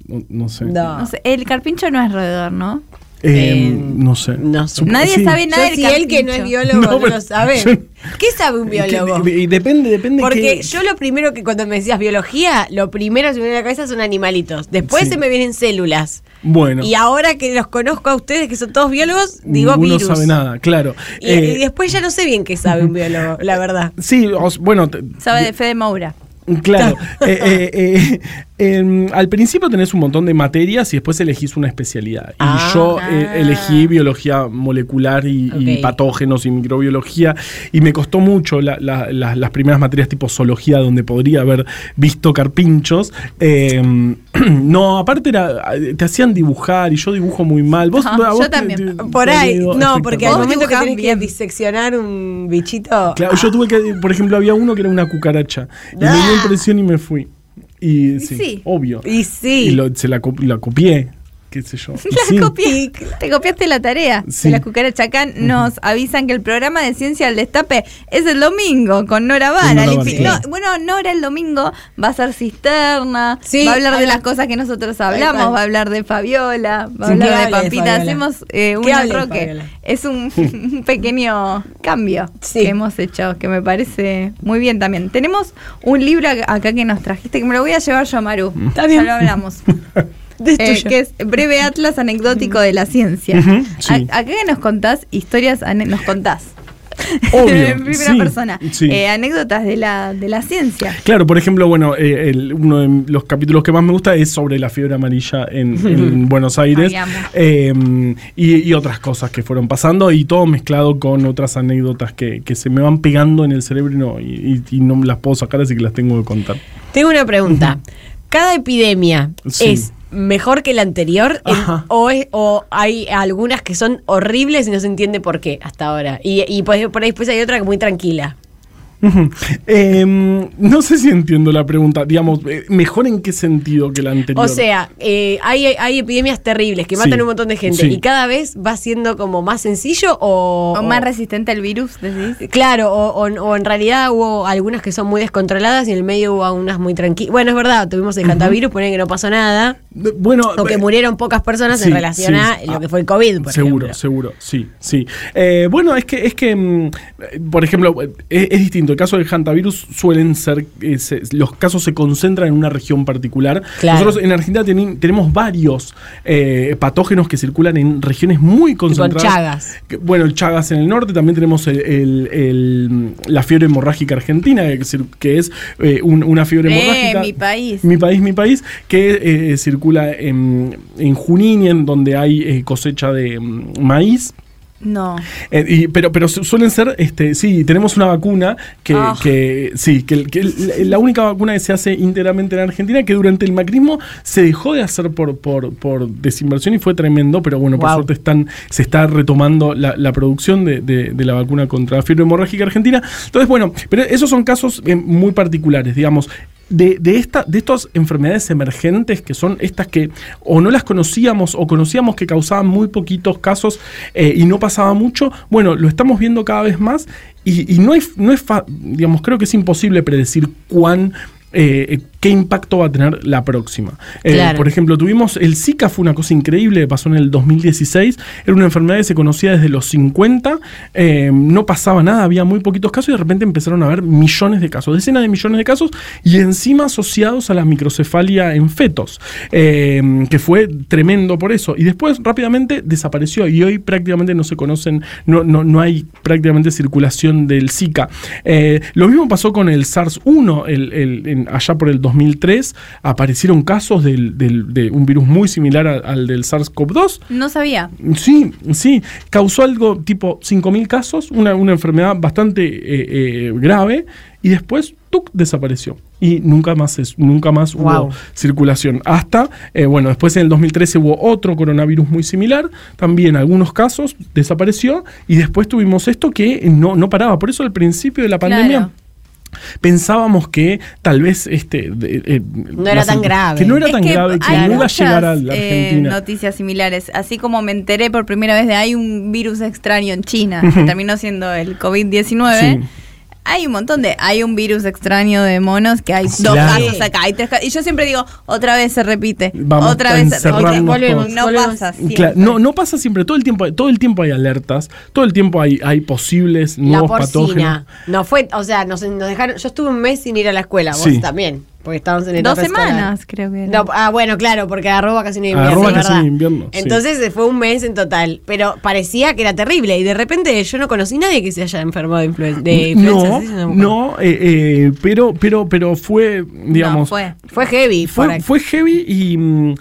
No, no sé.
No.
No sé, el carpincho no es roedor, ¿no?
Eh,
Eh,
no sé.
no sé.
Sup-
Nadie
sí.
sabe
Yo
nada del
si él que no
carpincho.
es biólogo
No,
no,
pero
lo sabe.
yo-
¿Qué sabe un
Que-
biólogo?
y depende, depende.
Porque
que-
yo lo primero que cuando me decías biología, lo primero que se me viene a la cabeza son animalitos. Después
Sí.
se me vienen células.
Bueno.
Y ahora que los conozco a ustedes, que son todos biólogos, digo
ninguno
virus.
sabe nada, claro.
Y,
Eh,
y después ya no sé bien qué sabe un biólogo, la verdad.
Sí, os- bueno, te-
Sabe de Fede Moura.
claro. eh, eh, eh, em, al principio tenés un montón de materias y después elegís una especialidad. Y
Ah.
yo eh, elegí biología molecular y, y
Ok.
patógenos y microbiología y me costó mucho la- la- la- las primeras materias tipo zoología donde podría haber visto carpinchos. Em, no, aparte era, eh, te hacían dibujar y yo dibujo muy mal.
Ah,
¿Vos,
Ajá,
a vos
yo
te-
también.
te-
Por
te
ahí,
digo,
no, porque al
Vos
momento que
dibujás
tenés que
bien.
diseccionar un bichito.
Claro,
ah,
yo tuve que, por ejemplo, había uno que era una cucaracha. Y me dio impresión y me fui. Y sí,
Ah. sí.
obvio.
Y
Y
sí.
lo- se la, cop- la copié, qué sé yo. Y
La
sí.
copié. Te copiaste la tarea
Sí.
de la cucaracha. Acá nos avisan que el programa de Ciencia del Destape es el domingo con Nora Vara.
Nora
El
Vara,
infi-
claro.
no, bueno, Nora el domingo va a ser cisterna,
Sí,
va a hablar de
ahí
las
va.
cosas que nosotros
Ahí va.
hablamos, va a hablar de Fabiola, va a
Sí, que
hablar
hable
de
de
Pampita.
Fabiola.
Hacemos eh, un
Que hable de
enroque.
Fabiola.
Es un, un pequeño cambio
Sí.
que hemos hecho, que me parece muy bien también. Tenemos un libro ac- acá que nos trajiste, que me lo voy a llevar yo a Maru.
Está bien.
Ya lo hablamos.
De
Eh,
tuyo.
que es Breve Atlas Anecdótico de la Ciencia.
Ujú, sí.
A- acá que nos contás historias, ane- nos contás.
Obvio,
en primera
sí,
persona.
sí.
Eh, anécdotas de la, de la ciencia.
Claro, por ejemplo, bueno, eh, el- uno de los capítulos que más me gusta es sobre la fiebre amarilla en, en Buenos Aires
Ay, amo.
Eh, y, y otras cosas que fueron pasando y todo mezclado con otras anécdotas que, que se me van pegando en el cerebro y no, y- y- y no las puedo sacar, así que las tengo que contar.
Tengo una pregunta. ¿Cada epidemia
Sí.
es mejor que la anterior en-
Ajá.
o, es- o hay algunas que son horribles y no se entiende por qué hasta ahora? Y, y pues, por ahí después hay otra que muy tranquila.
Ujú. Em, no sé si entiendo la pregunta. Digamos, eh, ¿mejor en qué sentido que la anterior?
O sea, eh, hay, hay epidemias terribles que matan
Sí,
un montón de gente
sí.
y cada vez va siendo como más sencillo
Oh,
o...
O más resistente al virus, decís.
Claro, o, o- o en realidad hubo algunas que son muy descontroladas y en el medio hubo unas muy tranquilas. Bueno, es verdad, tuvimos el cantavirus, ponen que no pasó nada.
Eh, bueno,
O que
eh,
murieron pocas personas
Sí,
en relación
sí,
a
sí.
lo que fue el COVID, por
seguro,
ejemplo.
seguro, sí, sí. Eh, bueno, es que, es que, mm, eh, por ejemplo, eh, es, es distinto. El caso del hantavirus suelen ser, eh, se- los casos se concentran en una región particular.
Claro.
Nosotros en Argentina teni- tenemos varios eh, patógenos que circulan en regiones muy concentradas.
Chagas.
Que, Bueno, el Chagas en el norte, también tenemos el- el- el- la fiebre hemorrágica argentina, que es, que es, eh, un- una fiebre
Eh,
hemorrágica.
mi país.
Mi país, mi país, que eh, circula en, en Junín, en donde hay eh, cosecha de mm, maíz.
No.
Eh, y- pero, pero su- suelen ser, este, sí, tenemos una vacuna que,
Ah.
que- sí, que, que la- la única vacuna que se hace íntegramente en Argentina, que durante el macrismo se dejó de hacer por, por, por desinversión y fue tremendo, pero bueno, por
Guau.
suerte están, se está retomando la, la producción de, de- de la vacuna contra la fiebre hemorrágica argentina. Entonces, bueno, pero esos son casos eh, muy particulares, digamos. De, de, esta, de estas enfermedades emergentes que son estas que o no las conocíamos o conocíamos que causaban muy poquitos casos eh, y no pasaba mucho, bueno, lo estamos viendo cada vez más y, y no, hay, no es, fa- digamos, creo que es imposible predecir cuán, eh, eh, qué impacto va a tener la próxima. Eh,
Claro.
Por ejemplo, tuvimos el Zika, fue una cosa increíble, pasó en el 2016, era una enfermedad que se conocía desde los 50, eh, no pasaba nada, había muy poquitos casos y de repente empezaron a haber millones de casos, decenas de millones de casos y encima asociados a la microcefalia en fetos, eh, que fue tremendo por eso. Y después rápidamente desapareció y hoy prácticamente no se conocen, no, no, no hay prácticamente circulación del Zika. Eh, lo mismo pasó con el SARS-1, el- el- en- allá por el 2003 aparecieron casos del- del- de un virus muy similar a- al del SARS-CoV-2
No sabía.
Sí, sí, causó algo tipo 5.000 casos, una, una enfermedad bastante eh, eh, grave, y después ¡tuc! desapareció. Y nunca más, es- nunca más hubo
Guau.
circulación. Hasta, eh, bueno, después en el 2013 hubo otro coronavirus muy similar, también algunos casos, desapareció, y después tuvimos esto que no, no paraba. Por eso al principio de la pandemia...
Claro.
Pensábamos que tal vez este de- eh,
era
las-
tan grave.
que no era
Es
tan grave, que
hay
no iba a
muchas,
llegar a la
eh,
Argentina.
noticias similares. Así como me enteré por primera vez de hay un virus extraño en China, que
Ujú.
terminó siendo el COVID-19.
Sí.
Hay un montón de. Hay un virus extraño de monos que hay dos
Claro.
casos acá, hay tres casos. Y yo siempre digo, otra vez se repite.
Vamos
otra
a
vez
encerrarnos
otra-
Volvemos,
No
volvemos.
pasa.
Claro,
siempre.
no, no pasa siempre, todo el tiempo, todo el tiempo hay alertas, todo el tiempo hay, hay posibles
La
nuevos patógenos.
porcina. No fue, o sea, nos, nos dejaron. Yo estuve un mes sin ir a la escuela, vos
Sí.
también. Porque estábamos en etapa
Dos
escolar.
semanas, creo que. era.
No, ah, bueno, claro, porque agarró vacaciones de invierno.
Agarró
es
vacaciones de
verdad.
invierno, sí.
Entonces eh, fue un mes en total. Pero parecía que era terrible. Y de repente yo no conocí nadie que se haya enfermado de, influen- de influenza.
No,
Eh, ¿sí?
no, eh, eh, pero, pero, pero fue, digamos,
No, fue.
Fue heavy.
fue,
para-
fue heavy y, mm,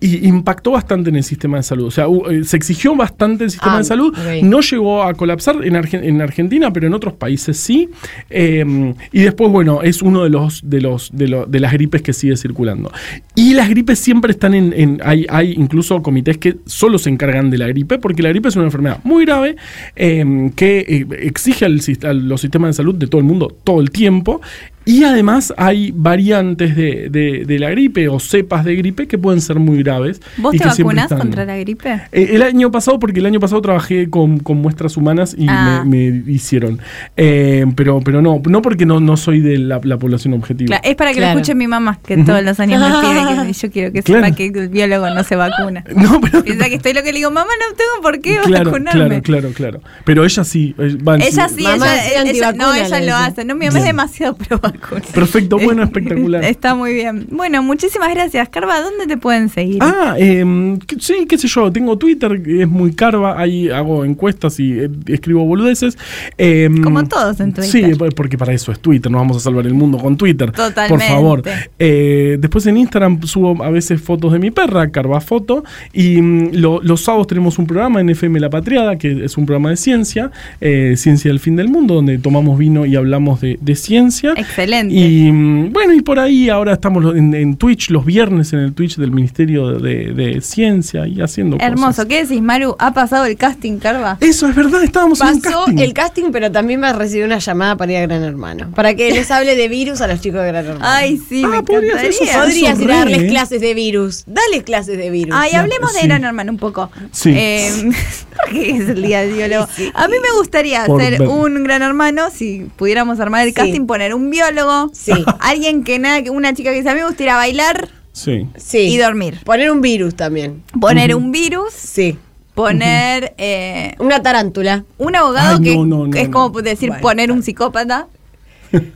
y impactó bastante en el sistema de salud. O sea, hu- eh, se exigió bastante el sistema
Ah,
de salud.
ok.
No llegó a colapsar en, Argen- en Argentina, pero en otros países sí. Eh, y después, bueno, es uno de los de los de, lo- de las gripes que sigue circulando. Y las gripes siempre están en, en- hay, hay incluso comités que solo se encargan de la gripe, porque la gripe es una enfermedad muy grave eh, que eh, exige al sis- a los sistemas de salud de todo el mundo todo el tiempo. Y además hay variantes de, de- de la gripe o cepas de gripe que pueden ser muy graves.
¿Vos
y
te
que siempre
vacunás
están-
contra la gripe?
eh, El año pasado, porque el año pasado trabajé con, con muestras humanas y
Ah.
me, me hicieron. Eh, pero, pero no, no porque no, no soy de la, la población objetiva.
Cla- es para que
Claro.
lo escuche mi mamá, que todos los años me pide que yo quiero que
Claro.
sepa que el biólogo no se vacuna.
No, pero.
Piensa que estoy lo que le digo, mamá, no tengo por qué
claro,
vacunarme.
claro, claro, claro. Pero ella sí. eh, va en
Ella
su-
sí,
Mamá,
ella,
soy
ella- no,
antivacuna,
ella
le
lo
dice.
hace. No, mi mamá es demasiado pro vacuna.
Perfecto, bueno, espectacular.
Está muy bien. Bueno, muchísimas gracias. Carva, ¿dónde te pueden seguir?
Ah, em, que- sí, qué sé yo, tengo Twitter, que es muy carva, ahí hago encuestas y eh, escribo boludeces. Em,
Como todos en Twitter.
Sí, po- porque para eso es Twitter, no vamos a salvar el mundo con Twitter. Por
Totalmente.
favor. Eh, después en Instagram subo a veces fotos de mi perra, Carvafoto, y mm, lo- los sábados tenemos un programa en FM La Patriada, que es un programa de ciencia, eh, Ciencia del Fin del Mundo, donde tomamos vino y hablamos de, de ciencia.
Excelente.
Y mm, bueno, y por ahí ahora estamos lo- en, en Twitch los viernes en el Twitch del Ministerio de, de Ciencia y haciendo
Hermoso.
cosas.
¿Qué decís, Maru? ¿Ha pasado el casting, Carva?
Eso es verdad, estábamos en un
Pasó
casting.
el casting, pero también me recibió una llamada para ir a Gran Hermano. Para que les hable de virus a los chicos de Gran Hermano.
Ay, sí,
Ah,
me
podrías
encantaría.
eso, Podría-
Podrías ir a
re, ¿eh?
darles clases de virus. Dales clases de virus.
Ay, hablemos
Sí.
de Gran Hermano un poco.
Sí.
Eh, porque es el día del biólogo. A mí me gustaría
Por
ser
ver.
un Gran Hermano, si pudiéramos armar el
Sí.
casting, poner un biólogo,
Sí.
alguien que nada, que una chica que dice, a mí me gustaría bailar,
Sí.
Sí.
y dormir.
Poner un virus también.
poner un virus,
Sí.
poner eh,
Una tarántula.
un abogado
Ay,
que
no, no, no,
es
no.
como decir
Bueno,
poner un psicópata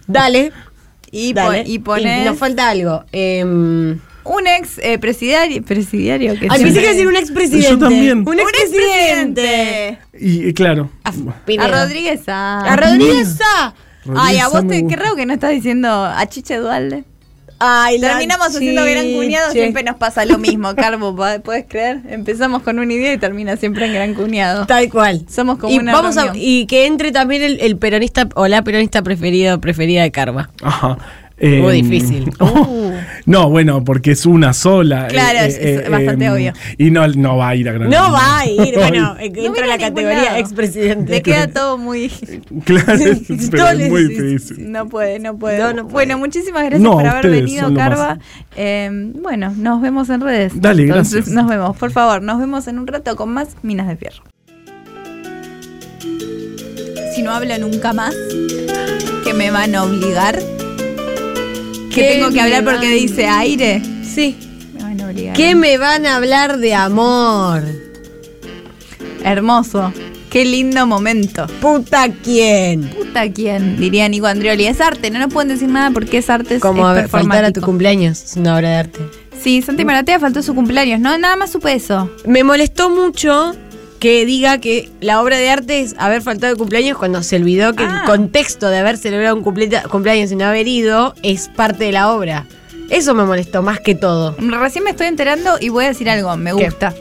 Dale.
y, pon-
dale.
y poner
nos falta algo. Em,
un ex eh, presidiario, presidiario que
Ay, pensé
siempre-
que decir un expresidente.
Yo también.
Un
Un
expresidente.
expresidente.
Y eh, claro.
A
Pinedo.
Rodríguez Sá.
A Rodríguez Sá.
Ay, a vos
Rodríguez
te
Sá me
creo que no estás diciendo a Chiche Dualde.
Ay, la
Terminamos haciendo gran cuñado,
chiche.
siempre nos pasa lo mismo, Carbo, ¿puedes creer? Empezamos con una idea y termina siempre en gran cuñado.
Tal cual.
Somos como
y
una
vamos a,
reunión.
Y que entre también el, el peronista o la peronista preferida o preferida de Carva.
Ajá. Eh,
Muy difícil. Uh.
oh, no, bueno, porque es una sola. eh,
Claro, es- es bastante obvio.
em, Y no, no va a ir a Gran
No
Hermano.
va a ir. Bueno, eh.
Ay,
entra
No viene
en
a
la
ningún
categoría
lado.
expresidente.
Te queda todo muy...
Claro, es- pero es
Todos
muy
les-
difícil.
No puede, no puede.
No, no
Bueno, muchísimas gracias
No,
por haber
ustedes
venido,
son lo
Carva.
más.
Eh, bueno, nos vemos en redes.
Dale, gracias.
Nos vemos, por favor, nos vemos en un rato con más Minas de Fierro. Si no habla nunca más, que me van a obligar. Que
¿Qué
tengo que
me
hablar porque
van?
dice aire.
Sí.
Me van a obligar.
¿Qué me van a hablar de amor?
Hermoso. Qué lindo momento.
Puta quién.
Puta quién, diría Nico Andrioli. Es arte, no nos pueden decir nada porque es arte. es-
Como
es
a ver, faltar a tu ¿Mm?
performático.
cumpleaños es una obra de arte.
Sí, Santi Maratea faltó su cumpleaños, ¿no? Nada más supe eso.
Me molestó mucho que diga que la obra de arte es haber faltado de cumpleaños cuando se olvidó que
Ah.
el contexto de haber celebrado un cumple- cumpleaños y no haber ido es parte de la obra. Eso me molestó más que todo.
Recién me estoy enterando y voy a decir algo, me
¿Qué?
gusta.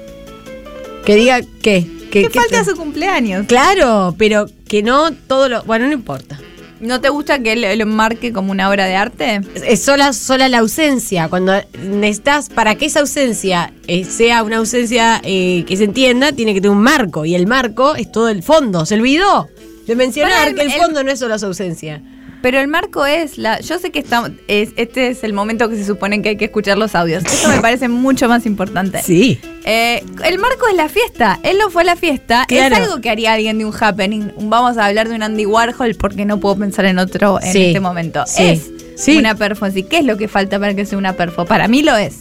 Que diga que. Que,
Que
que-
falta su cumpleaños.
Claro, pero que no todo lo. Bueno, no importa.
¿No te gusta que él lo marque como una obra de arte?
Es- Es sola, sola la ausencia. Cuando necesitas, para que esa ausencia eh, sea una ausencia eh, que se entienda, tiene que tener un marco. Y el marco es todo el fondo. Se olvidó de mencionar
Pero el-
que el
el-
fondo no es solo su ausencia.
Pero el marco es la. Yo sé que estamos. es- este es el momento que se supone que hay que escuchar los audios. Eso me parece mucho más importante.
Sí.
Eh, el marco es la fiesta. Él no fue a la fiesta.
Claro.
Es algo que haría alguien de un happening. Un- Vamos a hablar de un Andy Warhol porque no puedo pensar en otro en
Sí.
este momento.
Sí.
Es
Sí.
una perfo. en sí. ¿Qué es lo que falta para que sea una perfo? Para mí lo es.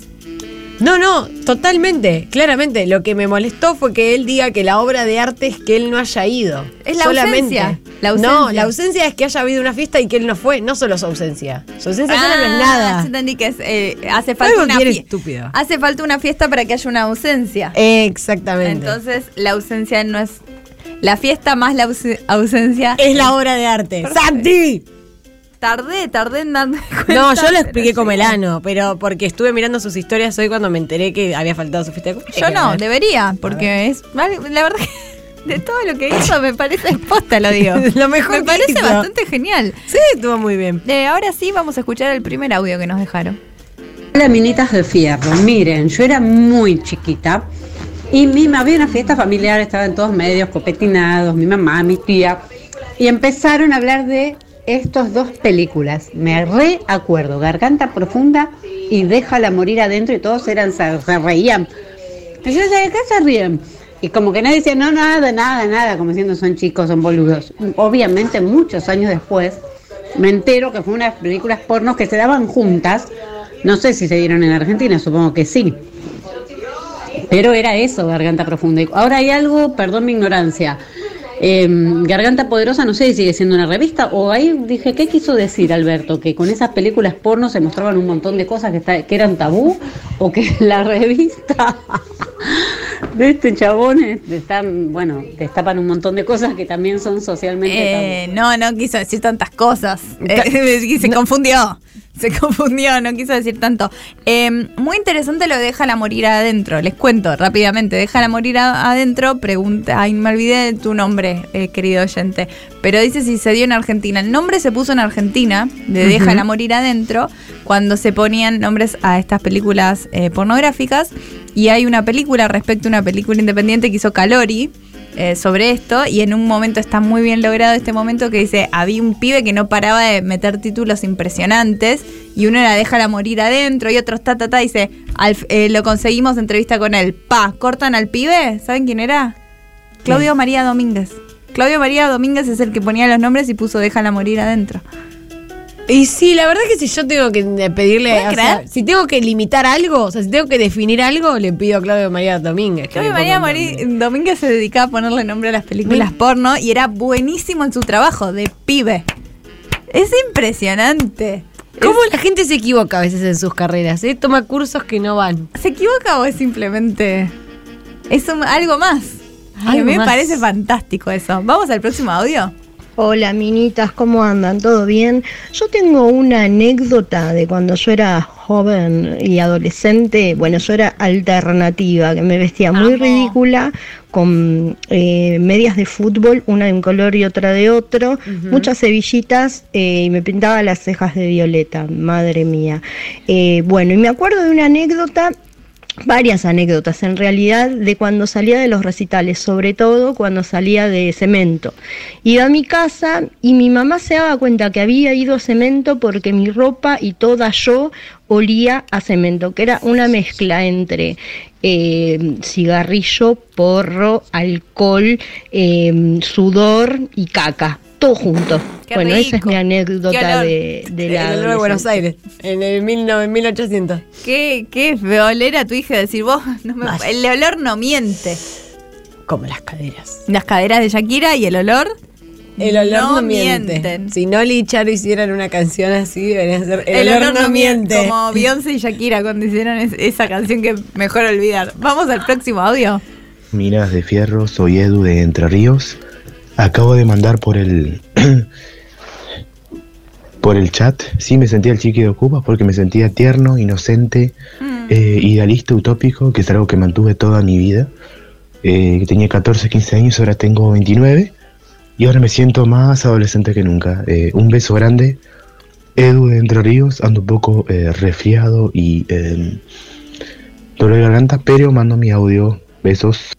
No, no, totalmente, claramente. Lo que me molestó fue que él diga que la obra de arte es que él no haya ido.
Es la
Solamente.
ausencia, la ausencia.
No, la ausencia es que haya habido una fiesta y que él no fue. No solo es ausencia. Su ausencia sola no es
Ah,
nada.
yo entendí que es, eh, hace falta
Algo
una
bien
fie-
estúpido.
Hace falta una fiesta para que haya una ausencia.
Exactamente.
Entonces, la ausencia no es. La fiesta más la ausen- ausencia.
es la obra de arte. ¡Santi!
Tardé, tardé en darme cuenta.
No, yo lo
pero
expliqué como el
llegué.
ano, pero porque estuve mirando sus historias hoy cuando me enteré que había faltado su fiesta de
Yo
cumpleaños.
no, debería, porque es. La verdad que de todo lo que hizo me parece exposta, lo digo.
Lo mejor
Me
que
parece
hizo.
bastante genial.
Sí, estuvo muy bien.
Eh, ahora sí vamos a escuchar el primer audio que nos dejaron.
Hola, minitas de fierro. Miren, yo era muy chiquita y mi mamá había una fiesta familiar, estaban todos medios copetinados, mi mamá, mi tía, y empezaron a hablar de estos dos películas. Me reacuerdo, Garganta Profunda y Déjala Morir Adentro, y todos eran, se, se reían. Y yo decía, ¿de qué se ríen? Y como que nadie decía, no, nada, nada, nada, como diciendo, son chicos, son boludos. Obviamente, muchos años después, me entero que fue unas películas pornos que se daban juntas. No sé si se dieron en Argentina, supongo que sí. Pero era eso, Garganta Profunda. Y Ahora hay algo, perdón mi ignorancia. eh, Garganta Poderosa, no sé si sigue siendo una revista o ahí dije, ¿qué quiso decir Alberto? Que con esas películas porno se mostraban un montón de cosas que, está- que eran tabú o que la revista de este chabón es- están, bueno, destapan un montón de cosas que también son socialmente tabú.
Eh, no, no quiso decir tantas cosas. Eh, se confundió. Se confundió, no quiso decir tanto. Eh, muy interesante lo de Déjala morir adentro. Les cuento rápidamente. Déjala morir a- adentro. Pregunta. Ay, me olvidé de tu nombre, eh, querido oyente. Pero dice si se dio en Argentina. El nombre se puso en Argentina, de Déjala morir adentro, cuando se ponían nombres a estas películas eh, pornográficas. Y hay una película respecto a una película independiente que hizo Calori eh, sobre esto y en un momento está muy bien logrado este momento que dice, había un pibe que no paraba de meter títulos impresionantes y uno era déjala morir adentro y otros ta ta ta dice, "Al- eh, lo conseguimos entrevista con él, pa, cortan al pibe, ¿saben quién era? Claudio María Domínguez. Claudio María Domínguez es el que ponía los nombres y puso déjala morir adentro.
Y sí, la verdad que si yo tengo que eh, pedirle,
¿Pueden
o sea,
creer?
si tengo que limitar algo, o sea, si tengo que definir algo, le pido a Claudio María Domínguez. que
Claudio
me
María
ponga un
Mori-
nombre.
Domínguez se dedicaba a ponerle nombre a las películas porno y era buenísimo en su trabajo de pibe. Es impresionante.
¿Cómo la gente se equivoca a veces en sus carreras? eh? Toma cursos que no van.
¿Se equivoca o es simplemente.? Es un- algo más. Ay,
Algo
a mí me
más.
parece fantástico eso. Vamos al próximo audio.
Hola minitas, ¿cómo andan? ¿Todo bien? Yo tengo una anécdota de cuando yo era joven y adolescente. Bueno, yo era alternativa, que me vestía muy ridícula, con eh, medias de fútbol, una de un color y otra de otro, muchas hebillitas eh, y me pintaba las cejas de violeta, madre mía. Eh, bueno, y me acuerdo de una anécdota varias anécdotas en realidad de cuando salía de los recitales, sobre todo cuando salía de cemento. Iba a mi casa y mi mamá se daba cuenta que había ido a cemento porque mi ropa y toda yo olía a cemento, que era una mezcla entre eh, cigarrillo, porro, alcohol, eh, sudor y caca, todo junto.
Qué
bueno, esa es
rico.
mi
Qué
anécdota
olor.
de, de la
en el de Buenos
adolescencia.
Aires, en el 19- 1800.
Qué, qué feo oler a tu hija decir vos. no me- el olor no miente.
Como las caderas.
Las caderas de Shakira y el olor.
El olor no, miente.
mienten.
Si Noli y Charo hicieran una canción así, deberían ser
El, olor, no miente. Como Beyoncé y Shakira cuando hicieron es- esa canción que mejor olvidar. Vamos al próximo audio.
Minas de Fierro, soy Edu de Entre Ríos. Acabo de mandar por el por el chat. Sí, me sentía el chiqui de Cuba porque me sentía tierno, inocente, eh, idealista, utópico, que es algo que mantuve toda mi vida. Eh, que tenía 14, 15 años, ahora tengo 29 y ahora me siento más adolescente que nunca. Eh, un beso grande. Edu de Entre Ríos, ando un poco eh, resfriado y eh, dolor de garganta, pero mando mi audio. Besos.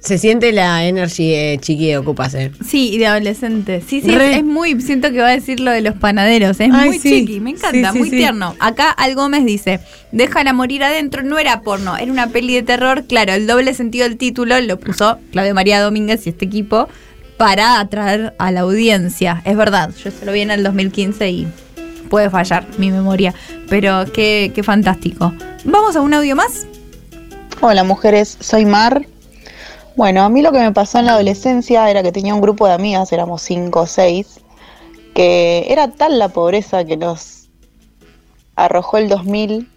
Se siente la energy eh, chiqui de Ocupas, eh.
Sí, y de adolescente. Sí, sí, es,
Re.
es muy, siento que va a decir lo de los panaderos. Es
Ay,
muy
sí.
chiqui, me encanta,
Sí, sí,
muy
sí.
tierno. Acá Al Gómez dice, déjala morir adentro, no era porno, era una peli de terror. Claro, el doble sentido del título lo puso Claudio María Domínguez y este equipo para atraer a la audiencia. Es verdad, yo se lo vi en el 2015 y puede fallar mi memoria, pero qué, qué fantástico. Vamos a un audio más.
Hola mujeres, soy Mar. Bueno, a mí lo que me pasó en la adolescencia era que tenía un grupo de amigas, éramos cinco o seis, que era tal la pobreza que nos arrojó el 2000,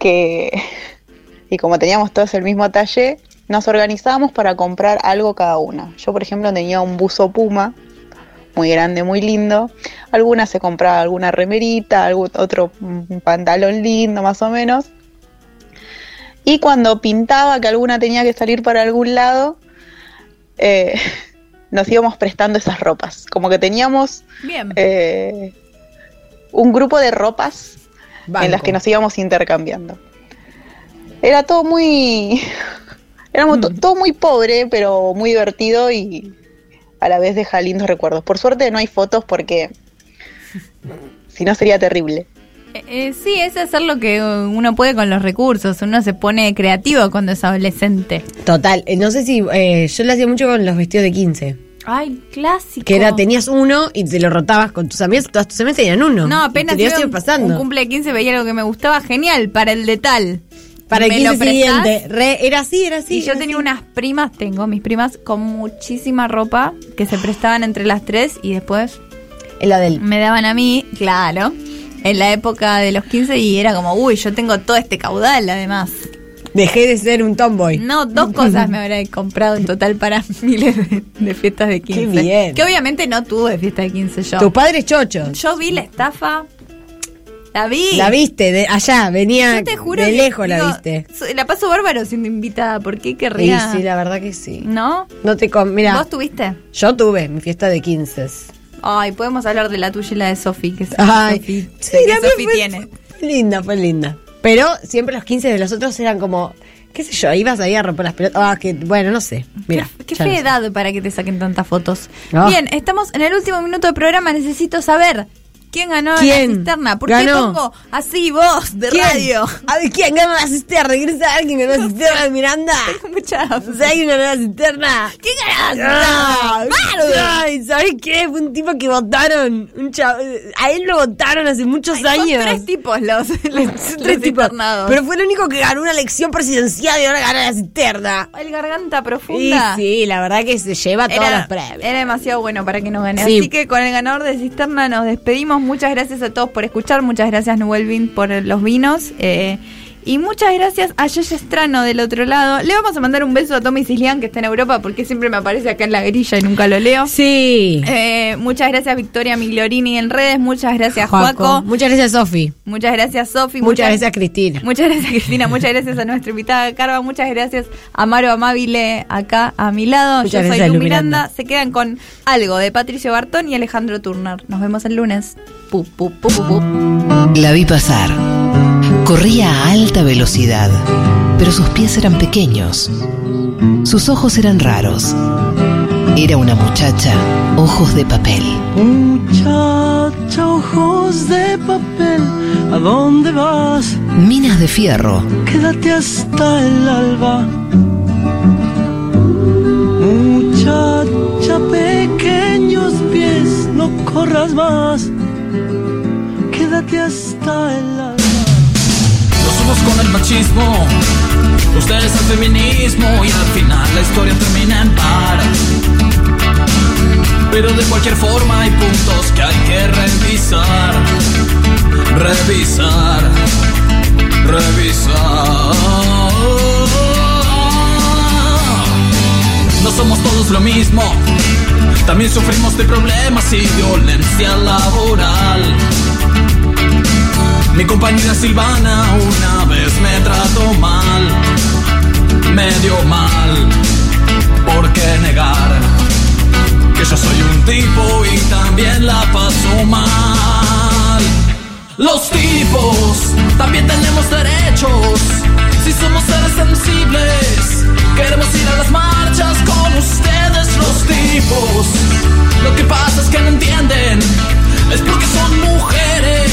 que, y como teníamos todos el mismo talle, nos organizábamos para comprar algo cada una. Yo, por ejemplo, tenía un buzo puma, muy grande, muy lindo. Algunas se compraba alguna remerita, algún otro mm, pantalón lindo, más o menos. Y cuando pintaba que alguna tenía que salir para algún lado, eh, nos íbamos prestando esas ropas. Como que teníamos
Bien.
eh, un grupo de ropas en las
Banco.
que nos íbamos intercambiando. Era todo muy. Era mu- todo muy pobre, pero muy divertido y a la vez deja lindos recuerdos. Por suerte no hay fotos porque si no sería terrible.
Eh, eh, sí, es hacer lo que eh, uno puede con los recursos. Uno se pone creativo cuando es adolescente.
Total, eh, no sé si eh, yo lo hacía mucho con los vestidos de 15.
Ay, clásico.
Que era, tenías uno y te lo rotabas con tus amigas, todas tus amigas tenían uno.
No,
Y
apenas
te lo
iba
ibas
un-
pasando.
un cumple de 15 veía algo que me gustaba, genial, para el de tal.
Para el
¿Me lo
15
prestás?
siguiente, re- era así, era así,
Y yo
era
tenía unas primas, tengo mis primas con muchísima ropa que se prestaban entre las tres y después
la del
me daban a mí, claro, en la época de los 15 y era como, uy, yo tengo todo este caudal además.
Dejé de ser un tomboy.
No, dos cosas me habré comprado en total para miles de, de fiestas de 15.
bien.
Que obviamente no tuve fiesta de 15 yo.
Tus padres chochos.
Yo vi la estafa. La vi.
La viste, de allá, venía
Yo te juro
de
que,
lejos la
digo,
viste.
so- La paso bárbaro siendo invitada. ¿Por qué querría?
Y sí, la verdad que sí.
¿No?
No te con, mira.
¿Vos tuviste?
Yo tuve mi fiesta de 15.
Ay, podemos hablar de la tuya y la de Sofi. Que
Ay,
Sofi-
sí,
que
la mía
Sofi
fue-
tiene.
Fue linda, fue linda. Pero siempre los 15 de los otros eran como, qué sé yo, ibas ahí a romper las pelotas. Ah, que bueno, no sé. Mira,
Qué
ya no
fea
sé.
edad para que te saquen tantas fotos.
Ah.
Bien, estamos en el último minuto del programa. Necesito saber quién ganó
¿Quién
la cisterna. ¿Por qué
ganó?
pongo así vos de
¿Quién?
radio?
A ver, ¿quién ganó la cisterna? ¿Quieres saber quién ganó la cisterna de Miranda?
Muchas
¿Sabes quién ganó la cisterna?
¿Quién ganó la
Ah,
cisterna? ¡Bárbaro!
Ay, ¿sabes qué? Fue un tipo que votaron. Un chavo- a él lo votaron hace muchos
Son
años.
tres tipos los, los, los
Tres tipos.
cisternados.
Pero fue el único que ganó una elección presidencial y ahora gana la cisterna.
El garganta
Y
profunda.
sí, la verdad que se lleva todos los
Era,
premios.
era demasiado bueno para que no gane.
Sí.
Así que con el ganador de cisterna nos despedimos. Muchas gracias a todos por escuchar. Muchas gracias, Nubel Vin, por los vinos. eh, y muchas gracias a Yeye Estrano del otro lado. Le vamos a mandar un beso a Tommy Cislián, que está en Europa, porque siempre me aparece acá en la grilla y nunca lo leo.
Sí.
Eh, muchas gracias, Victoria Migliorini en redes. Muchas gracias, Eh, Juaco.
Muchas gracias, Sofi.
Muchas gracias, Sofi.
Muchas gracias, Cristina.
Muchas gracias, Cristina. Muchas gracias a nuestra invitada Carva. Muchas gracias a Maro Amabile acá a mi lado.
Muchas
Yo soy
gracias,
Lu
Lu
Miranda.
Miranda.
Se quedan con algo de Patricio Bartón y Alejandro Turner. Nos vemos el lunes. Pu, pu, pu, pu, pu.
La vi pasar. Corría a alta velocidad, pero sus pies eran pequeños. Sus ojos eran raros. Era una muchacha, ojos de papel.
Muchacha, ojos de papel, ¿a dónde vas?
Minas de fierro.
Quédate hasta el alba. Muchacha, pequeños pies, no corras más. Quédate hasta el alba. Nos fuimos con el machismo, ustedes al feminismo y al final la historia termina en par. Pero de cualquier forma hay puntos que hay que revisar, revisar, revisar. No somos todos lo mismo, también sufrimos de problemas y violencia laboral. Mi compañera Silvana una vez me trató mal, medio mal. ¿Por qué negar que yo soy un tipo y también la paso mal? Los tipos también tenemos derechos. Si somos seres sensibles, queremos ir a las marchas con ustedes, los tipos. Lo que pasa es que no entienden, es porque son mujeres.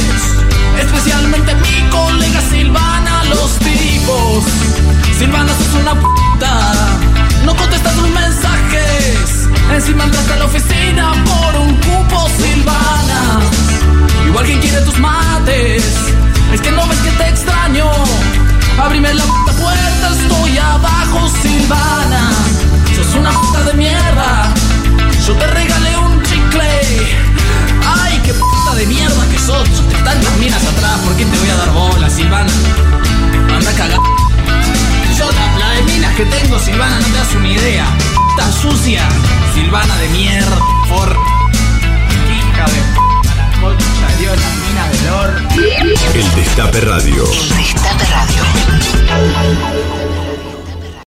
Especialmente mi colega Silvana, los tipos. Silvana, sos una puta. No contestas tus mensajes. Encima entraste a la oficina por un cupo, Silvana. Igual quien quiere tus
Destape Radio.
El Destape Radio.